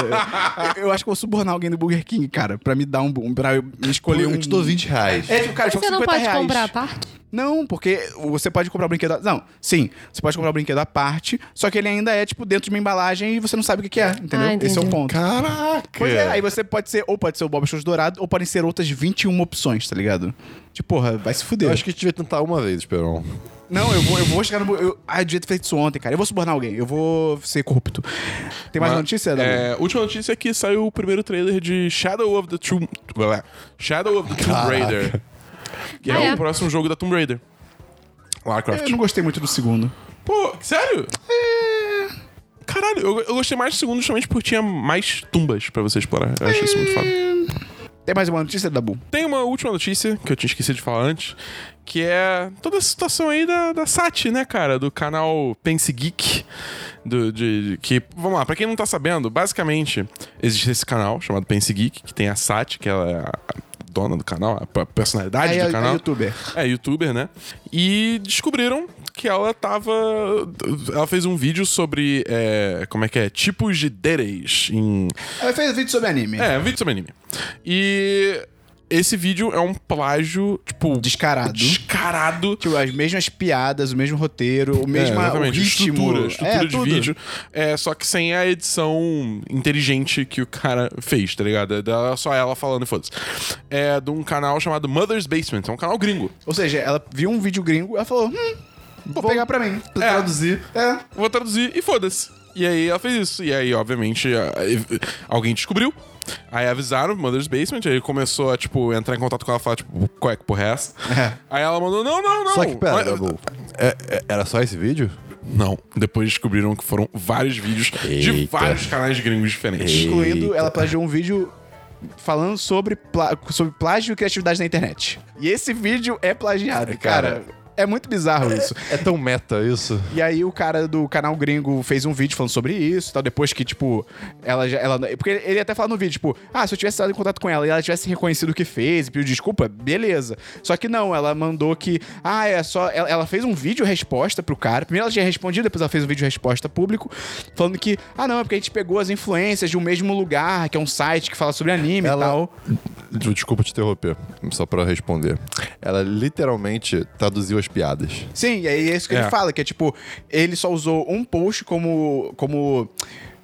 S1: eu, eu acho que eu vou subornar alguém do Burger King, cara, pra me dar um. um pra eu escolher
S4: Eu
S1: um.
S4: te dou 20 reais.
S1: É, tipo, cara,
S3: Mas
S1: só
S3: você não
S1: 50
S3: pode
S1: reais.
S3: comprar a parte?
S1: Não, porque você pode comprar o brinquedo. a- Não, sim, você pode comprar o brinquedo à parte, só que ele ainda é, tipo, dentro de uma embalagem e você não sabe o que, que é, entendeu?
S3: Ah,
S1: Esse é o
S3: entendi.
S1: ponto.
S4: Caraca!
S1: Pois é, aí você pode ser, ou pode ser o Bob Esponja dourado, ou podem ser outras 21 opções, tá ligado? Tipo, porra, vai se fuder.
S4: Eu acho que a gente devia tentar uma vez, Esperão.
S1: Não, eu vou, eu vou chegar no. Eu, ah, eu devia ter feito isso ontem, cara. Eu vou subornar alguém. Eu vou ser corrupto. Tem mais uma notícia, Dabu?
S2: é, Última notícia é que saiu o primeiro trailer de Shadow of the Tomb... Shadow of the Tomb Raider. Que
S3: Ah,
S2: é,
S3: é?
S2: o próximo jogo da Tomb Raider. Lara Croft.
S1: Eu não gostei muito do segundo.
S2: Pô, sério? Caralho, eu, eu gostei mais do segundo justamente porque tinha mais tumbas pra você explorar. Eu acho isso muito foda.
S1: Tem mais uma notícia, Dabu?
S2: Tem uma última notícia que eu tinha esquecido de falar antes, que é toda a situação aí da, da Sati, né, cara? Do canal Pense Geek. Do, de, de- que, vamos lá, pra quem não tá sabendo, basicamente existe esse canal chamado Pense Geek, que tem a Sati, que ela é a a dona do canal, a p- personalidade
S1: Aí,
S2: do
S1: a, a
S2: canal.
S1: youtuber.
S2: É, youtuber, né? E descobriram que ela tava. Ela fez um vídeo sobre. é, como é que é? Tipos de dereis em
S1: Ela fez vídeo sobre anime.
S2: é, um vídeo sobre anime. E esse vídeo é um plágio, tipo.
S1: Descarado.
S2: Descarado.
S1: Tipo, as mesmas piadas, o mesmo roteiro, o mesmo
S2: É,
S1: o
S2: exatamente.
S1: ritmo.
S2: Estrutura, estrutura
S1: é,
S2: de
S1: tudo.
S2: vídeo. É, só que sem a edição inteligente que o cara fez, tá ligado? É dela- só ela falando e foda-se. É de um canal chamado Mother's Basement. É um canal gringo.
S1: Ou seja, ela viu um vídeo gringo, ela falou, hum, vou, pegar pra mim.
S4: Pra traduzir.
S1: É.
S2: Vou traduzir e foda-se. E aí ela fez isso. E aí, obviamente, a- a- alguém descobriu. Aí avisaram Mother's Basement, aí começou a, tipo, entrar em contato com ela e falar, tipo, qual é que porra é essa? Aí ela mandou, não, não, não.
S4: Só que, pera,
S2: Mas-
S4: Dabu, é- é- era só esse vídeo?
S2: Não. Depois descobriram que foram vários vídeos de
S4: Eita.
S2: vários canais gringos diferentes.
S1: Excluindo, ela plagiou um vídeo falando sobre, plá- sobre plágio e criatividade na internet. E esse vídeo é plagiado, cara.
S4: Cara.
S1: É muito bizarro isso.
S4: É tão meta isso.
S1: E aí o cara do canal gringo fez um vídeo falando sobre isso, e tal, depois que, tipo, ela já. Ela, porque ele ele até fala no vídeo, tipo, ah, se eu tivesse dado em contato com ela e ela tivesse reconhecido o que fez e pediu desculpa, beleza. Só que não, ela mandou que, ah, é só. Ela, ela fez um vídeo resposta pro cara. Primeiro ela tinha respondido, depois ela fez um vídeo resposta público, falando que, ah, não, é porque a gente pegou as influências de um mesmo lugar, que é um site que fala sobre anime
S4: Ela-
S1: e tal.
S4: Ju, Desculpa te interromper, só pra responder. Ela literalmente traduziu as piadas.
S1: Sim, e aí é isso que
S2: É.
S1: ele fala, que é tipo, ele só usou um post como. como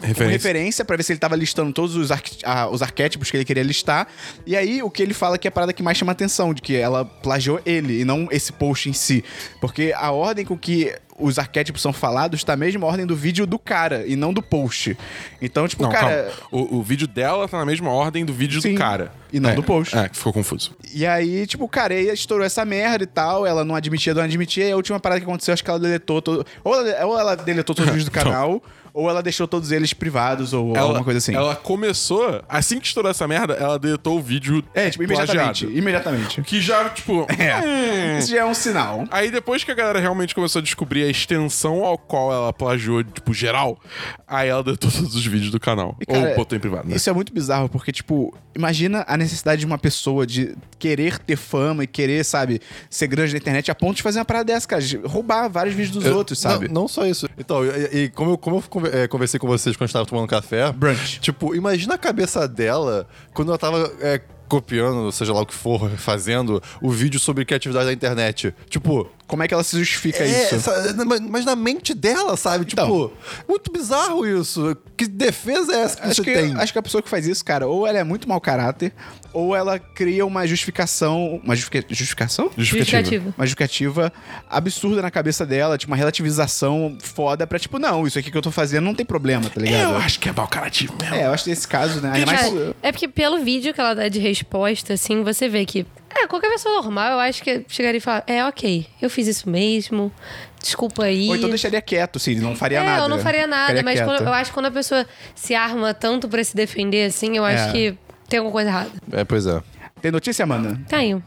S2: Referência.
S1: como referência pra ver se ele tava listando todos os, arqu- ah, os arquétipos que ele queria listar. E aí, o que ele fala que é a parada que mais chama atenção, de que ela plagiou ele e não esse post em si. Porque a ordem com que os arquétipos são falados tá a mesma ordem do vídeo do cara e não do post. Então, tipo,
S2: Não,
S1: cara.
S2: calma. O, o vídeo dela tá na mesma ordem do vídeo
S1: Sim.
S2: do cara.
S1: E não
S2: É,
S1: do post.
S2: É, que ficou confuso.
S1: E aí, tipo, cara, aí estourou essa merda e tal. Ela não admitia, não admitia. E a última parada que aconteceu, acho que ela deletou todo. Ou ela, ou ela deletou todos os vídeos do canal, ou ela deixou todos eles privados, ou alguma coisa assim.
S2: Ela começou, assim que estourou essa merda, ela deletou o vídeo
S1: É, tipo, imediatamente.
S2: plagiado.
S1: Imediatamente.
S2: Que já, tipo... hum.
S1: Isso já é um sinal.
S2: Aí depois que a galera realmente começou a descobrir a extensão ao qual ela plagiou, tipo, geral, aí ela deletou todos os vídeos do canal.
S1: cara,
S2: Ou botou em privado, né?
S1: Isso é muito bizarro, porque, tipo, imagina a necessidade de uma pessoa de querer ter fama e querer, sabe, ser grande na internet a ponto de fazer uma parada dessa, cara. de Roubar vários vídeos dos outros, sabe?
S4: Não, não só isso. Então, e, e como eu, como eu conver- eh, conversei com vocês quando a gente tava tomando café.
S1: Brunch.
S4: Tipo, imagina a cabeça dela quando ela tava eh, copiando, seja lá o que for, fazendo o vídeo sobre criatividade da internet. Tipo.
S1: Como é que ela se justifica
S4: é,
S1: isso?
S4: sa- na- mas- mas na mente dela, sabe? Tipo,
S1: Então.
S4: muito bizarro isso. Que defesa é essa que
S1: Acho
S4: você
S1: que,
S4: tem?
S1: acho que a pessoa que faz isso, cara, ou ela é muito mau caráter, ou ela cria uma justificação. Uma justifica- justificação?
S3: Justificativa.
S1: Uma justificativa absurda na cabeça dela, tipo, uma relativização foda pra, tipo, não, isso aqui que eu tô fazendo não tem problema, tá ligado?
S2: Eu acho que é mal caratismo mesmo.
S1: É, eu acho que nesse caso, né? Ainda mais-
S3: Cara, é porque pelo vídeo que ela dá de resposta, assim, você vê que. É, qualquer pessoa normal, eu acho que chegaria e falar, é, ok, eu fiz isso mesmo, desculpa aí.
S1: Ou então deixaria quieto, assim, não faria
S3: é,
S1: nada.
S3: eu não faria nada,
S1: Ficaria
S3: mas quando-
S1: quieto.
S3: eu acho que quando a pessoa se arma tanto pra se defender, assim, eu acho
S1: É.
S3: que tem alguma coisa errada.
S4: É, pois é.
S1: Tem notícia, Amanda?
S3: Tenho.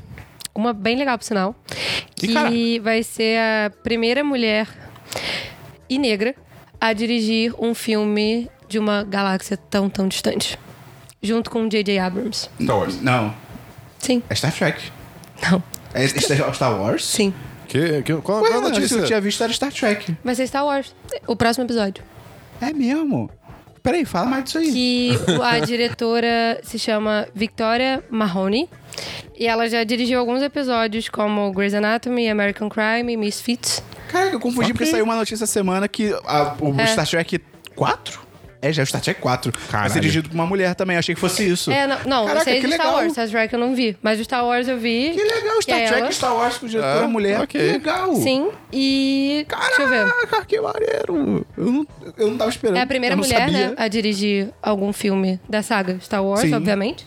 S3: Uma bem legal, por sinal.
S1: Ih,
S3: Que
S1: caraca.
S3: vai ser a primeira mulher e negra a dirigir um filme de uma galáxia tão, tão distante. Junto com J.J. Abrams.
S4: Tá
S2: Star Wars.
S1: Não.
S3: Sim.
S1: É Star Trek.
S3: Não.
S1: É Star Star Wars?
S3: Sim.
S4: Que, que, qual
S1: Ué,
S4: qual a
S1: não, isso
S4: notícia?
S1: que eu tinha visto era Star Trek.
S3: Vai ser Star Wars. O próximo episódio.
S1: É mesmo? Peraí, fala mais disso aí.
S3: Que o- a diretora se chama Victoria Mahoney. E ela já dirigiu alguns episódios como Grey's Anatomy, American Crime, Misfits.
S1: Caraca, eu confundi porque saiu uma notícia essa semana que a- o
S3: É.
S1: Star Trek 4? É, já é o Star Trek 4. Vai ser
S2: Caralho.
S1: dirigido por uma mulher também, eu achei que fosse isso.
S3: É, não, não
S1: Caraca,
S3: eu sei
S1: que
S3: de Star
S1: legal.
S3: Wars. Star Trek eu não vi. Mas o Star Wars eu vi.
S1: Que legal, Star
S3: é
S1: Trek
S3: ela.
S1: e Star Wars com diretora
S4: Ah,
S1: mulher.
S4: ok.
S1: Que legal.
S3: Sim, e. Deixa eu ver.
S1: Caraca, que maneiro. Eu não, eu não tava esperando.
S3: É a primeira
S1: eu não
S3: mulher,
S1: sabia.
S3: né, a dirigir algum filme da saga Star Wars,
S1: Sim.
S3: obviamente.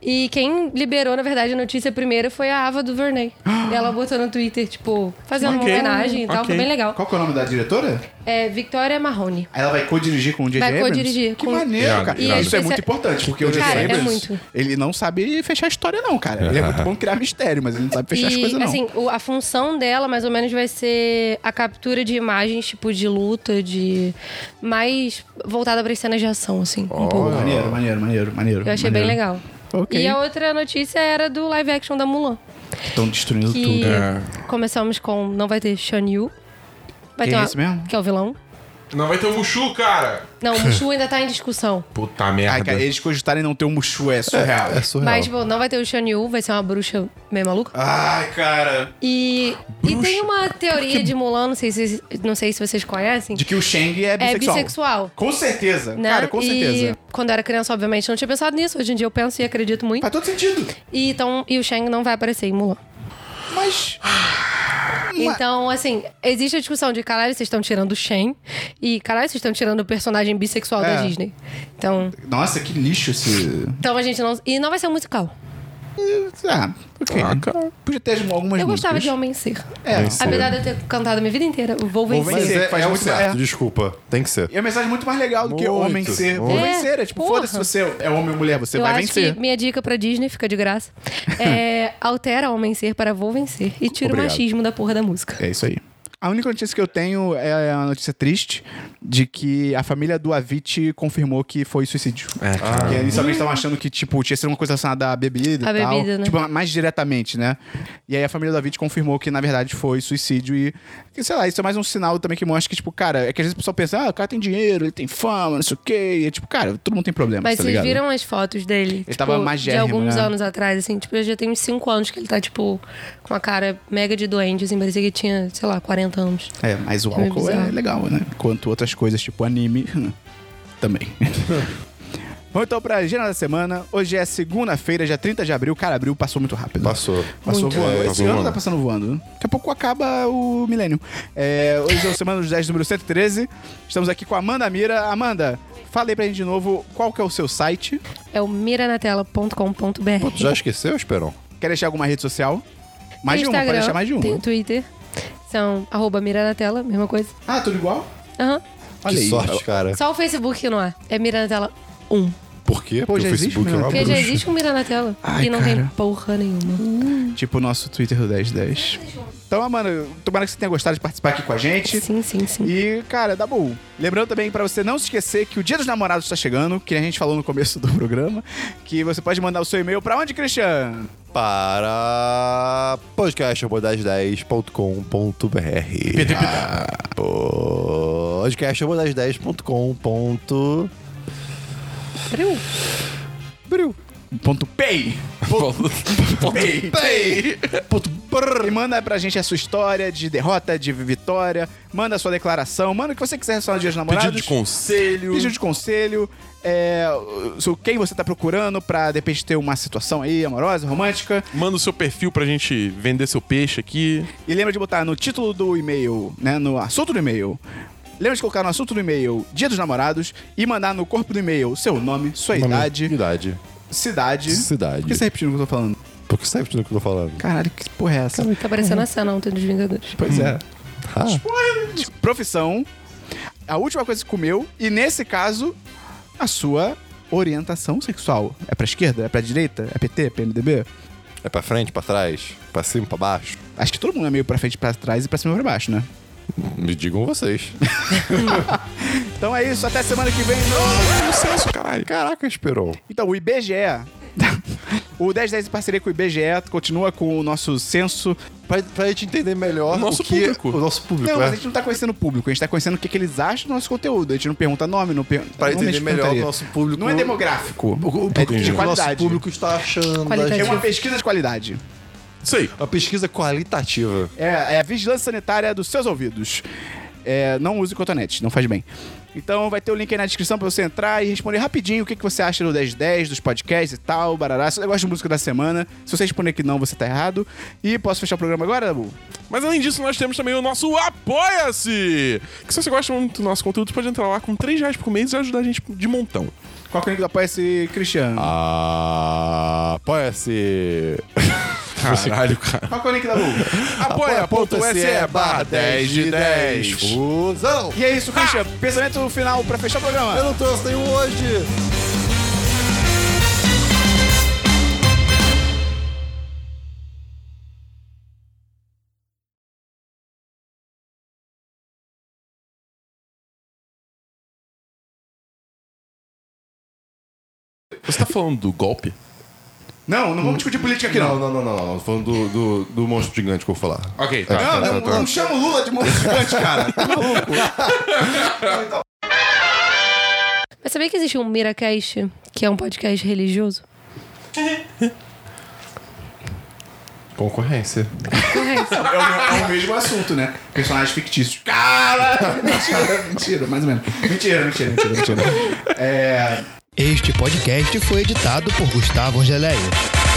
S3: E quem liberou, na verdade, a notícia primeiro foi a Ava DuVernay. ela botou no Twitter, tipo, fazendo
S2: Ok,
S3: uma homenagem e tal,
S2: ok.
S3: foi bem legal.
S1: Qual que é o nome da diretora?
S3: É Victoria Marrone.
S1: Aí ela vai co-dirigir com o J.J.
S3: Vai
S1: Abrams?
S3: co-dirigir
S1: Que
S3: com-
S1: maneiro,
S2: Irado,
S1: cara.
S2: irado.
S1: Isso é
S3: Isso
S1: muito
S3: é-
S1: importante, porque o J.J.
S3: Cara, é
S1: Abrams,
S3: muito.
S1: ele não sabe fechar a história não, cara. Ele é muito bom em criar mistério, mas ele não sabe fechar as
S3: e,
S1: coisas não.
S3: assim, o- a função dela, mais ou menos, vai ser a captura de imagens, tipo, de luta, de... Mais voltada para cenas de ação, assim, um pouco.
S1: Maneiro, maneiro, maneiro, maneiro.
S3: Eu achei bem legal.
S1: Ok.
S3: E a outra notícia era do live action da Mulan.
S1: Estão destruindo
S3: que
S1: tudo.
S2: É.
S3: começamos com não vai ter Shan Yu, Vai
S1: Quem
S3: ter
S1: é
S3: uma-
S1: esse mesmo?
S3: Que é o vilão.
S2: Não vai ter o Mushu, cara!
S3: Não, o Mushu ainda tá em discussão.
S2: Puta
S1: Ai,
S2: merda.
S1: cara, eles cogitarem não ter um Mushu é surreal.
S4: É surreal.
S3: Mas, tipo, não vai ter o Shan Yu, vai ser uma bruxa meio maluca.
S1: Ai, cara.
S3: E, e tem uma teoria de Mulan, não sei, se, não sei se vocês conhecem.
S1: De que o Shang é
S3: é
S1: bissexual.
S3: bissexual.
S1: Com certeza.
S3: Né?
S1: Cara, com certeza.
S3: E quando eu era criança, obviamente, não tinha pensado nisso. Hoje em dia eu penso e acredito muito.
S1: Faz todo sentido.
S3: E, então, e o Shang não vai aparecer em Mulan.
S1: Mas.
S3: Então, assim, existe a discussão de caralho, vocês estão tirando o Shen. E caralho, vocês estão tirando o personagem bissexual da
S1: É.
S3: Disney. Então,
S1: Nossa, que lixo esse.
S3: então a gente não. E não vai ser um musical.
S1: Ah, ok.
S2: Ah, cara.
S1: Podia ter algumas
S3: Eu gostava
S1: músicas.
S3: de Homem Ser.
S1: É.
S2: Sim.
S3: Apesar de eu ter cantado a minha vida inteira, o Vou
S1: Vou
S3: Vencer.
S4: Mas
S1: vencer,
S4: é,
S1: faz
S4: é o
S1: muito
S4: certo,
S1: mais-
S4: desculpa. Tem que ser.
S1: um E a mensagem é muito mais legal do que
S4: Muito,
S1: homem ser.
S4: muito.
S1: Vou vencer. É tipo,
S3: Porra.
S1: foda-se você é homem ou mulher, você
S3: eu
S1: vai
S3: acho
S1: vencer.
S3: que minha dica pra Disney, fica de graça, é altera Homem Ser para Vou Vencer e tira o
S4: Obrigado.
S3: machismo da porra da música.
S1: É isso aí. A única notícia que eu tenho é a notícia triste de que a família do Avit confirmou que foi suicídio.
S2: É,
S4: Ah,
S2: cara.
S1: Que inicialmente estavam achando que, tipo, tinha sido uma coisa relacionada à bebida
S3: À
S1: e tal.
S3: bebida, né?
S1: Tipo, mais diretamente, né? E aí a família do Avit confirmou que, na verdade, foi suicídio e... que, sei lá, isso é mais um sinal também que mostra que, tipo, cara... É que às vezes o pessoal pensa, ah, o cara tem dinheiro, ele tem fama, não sei o quê. E é tipo, cara, todo mundo tem problema,
S3: Mas
S1: tá
S3: vocês
S1: ligado?
S3: viram as fotos dele? tipo,
S1: tava
S3: De
S1: magérrimo,
S3: alguns
S1: né?
S3: anos atrás, assim. Tipo, eu já tenho uns 5 anos que ele tá, tipo, com a cara mega de doente, assim. Parecia que tinha, sei lá, 40 anos.
S1: É, mas o
S3: É meio
S1: álcool é
S3: bizarro.
S1: legal, né? Enquanto outras coisas, tipo anime, também. Vamos então pra agenda da semana. Hoje é segunda-feira, dia 30 de abril. Cara, abril passou muito rápido.
S4: Passou.
S1: Passou
S3: Muito.
S1: voando.
S2: É,
S1: Esse
S2: passou
S1: ano
S2: voando.
S1: tá passando voando. né? Daqui a pouco acaba o milênio. É, hoje é o Semana dos 10, número 113. Estamos aqui com a Amanda Mira. Amanda, fala aí pra gente de novo qual que é o seu site.
S3: É o miranatela.com.br.
S4: Pô, tu já esqueceu, Esperon?
S1: Quer deixar alguma rede social? Mais de uma,
S3: Instagram,
S1: pode deixar mais de uma.
S3: Tem o Twitter. São arroba miranatela, mesma coisa.
S1: Ah, tudo igual?
S3: Aham.
S1: Olha
S4: que
S1: aí.
S4: sorte, cara.
S3: Só o Facebook que não é. É Miranatela 1.
S4: Por quê?
S1: Pô, já
S4: Porque o
S1: existe,
S4: Facebook é uma
S1: meu
S3: Porque já
S4: bruxa.
S3: existe um Miranatela.
S1: Ai,
S3: e não tem
S1: cara.
S3: porra nenhuma.
S1: Tipo o nosso Twitter do 1010. Então, Amanda, tomara que você tenha gostado de participar aqui com a gente.
S3: Sim, sim, sim.
S1: E, cara, dá bom. Lembrando também pra você não se esquecer que o Dia dos Namorados está chegando, que a gente falou no começo do programa, que você pode mandar o seu e-mail pra onde, Christian?
S4: Para podcast.com.br podcast.com.br
S3: Abriu.
S1: Ponto pay. Ponto pay. Ponto brrr. E manda pra gente a sua história de derrota, de vitória. Manda a sua declaração. Manda o que você quiser relacionado ao Dia dos Namorados.
S2: Pedido de conselho.
S1: Pedido de conselho. É, sobre quem você tá procurando pra, de repente, ter uma situação aí amorosa, romântica.
S2: Manda o seu perfil pra gente vender seu peixe aqui.
S1: E lembra de botar no título do e-mail, né? No assunto do e-mail. Lembra de colocar no assunto do e-mail Dia dos Namorados e mandar no corpo do e-mail seu nome, sua idade,
S4: Idade.
S1: cidade.
S4: Cidade.
S1: Por que você tá repetindo o que eu tô falando?
S4: Por que você sabe tudo o que eu tô falando?
S1: Caralho, que porra é essa?
S3: Tá parecendo a cena ontem dos Vingadores.
S1: Pois é.
S4: Ah,
S1: Profissão, a última coisa que comeu e, nesse caso, a sua orientação sexual. É pra esquerda? É pra direita? É PT? PMDB?
S4: é pra frente, pra trás? Pra cima, pra baixo?
S1: Acho que todo mundo é meio pra frente, pra trás e pra cima e pra baixo, né?
S4: Me digam vocês.
S1: Então é isso, até semana que vem.
S4: Sucesso, caralho. Caraca, Esperon.
S1: Então, o IBGE. o 1010 em parceria com o IBGE continua com o nosso censo.
S4: Pra, pra gente entender melhor
S2: O nosso
S4: o que-
S2: público.
S4: O nosso público,
S1: Não, mas
S4: é.
S1: a gente não tá conhecendo o público, a gente tá conhecendo o que, que eles acham do nosso conteúdo. A gente não pergunta nome, não pergunta.
S4: Pra entender melhor o nosso público.
S1: Não é demográfico.
S4: O, o,
S1: é de
S4: o nosso
S1: qualidade.
S4: público está achando.
S1: É
S3: Qualitativa.
S1: uma pesquisa de qualidade.
S2: Isso aí.
S4: Uma pesquisa é qualitativa.
S1: É, é a vigilância sanitária dos seus ouvidos. É, não use cotonete, não faz bem. Então vai ter o link aí na descrição pra você entrar e responder rapidinho o que, que você acha do 1010, dos podcasts e tal, barará, seu negócio de música da semana. Se você responder que não, você tá errado. E posso fechar o programa agora, Dabu?
S2: Mas além disso, nós temos também o nosso Apoia-se! Que se você gosta muito do nosso conteúdo, você pode entrar lá com 3 reais por mês e ajudar a gente de montão.
S1: Qual que é o link do Apoia-se, Cristiano?
S4: Ah, Apoia-se.
S2: Caralho, cara.
S1: Qual que é o link da Lu?
S2: Apoia.se barra 10 de 10.
S4: Fusão.
S1: E é isso, Cristian. Pensamento final pra fechar o
S4: Eu
S1: programa.
S4: não trouxe nenhum hoje.
S2: Você tá falando do golpe?
S1: Não, não vamos discutir política aqui,
S4: Não,
S1: não.
S4: não, não, não. não. Tô falando do, do, do monstro gigante que eu vou falar.
S2: Ok, tá.
S1: Não,
S2: tá,
S1: não,
S2: tá, tá.
S1: não chama o Lula de monstro gigante, cara. Tá maluco?
S3: Mas sabia que existe um Miracast, que é um podcast religioso?
S5: Concorrência.
S1: É o, é o mesmo assunto, né? Personagens fictícios. Cara! Mentira, mentira, mais ou menos. Mentira, mentira, mentira, mentira. É.
S6: Este podcast foi editado por Gustavo Angeléia.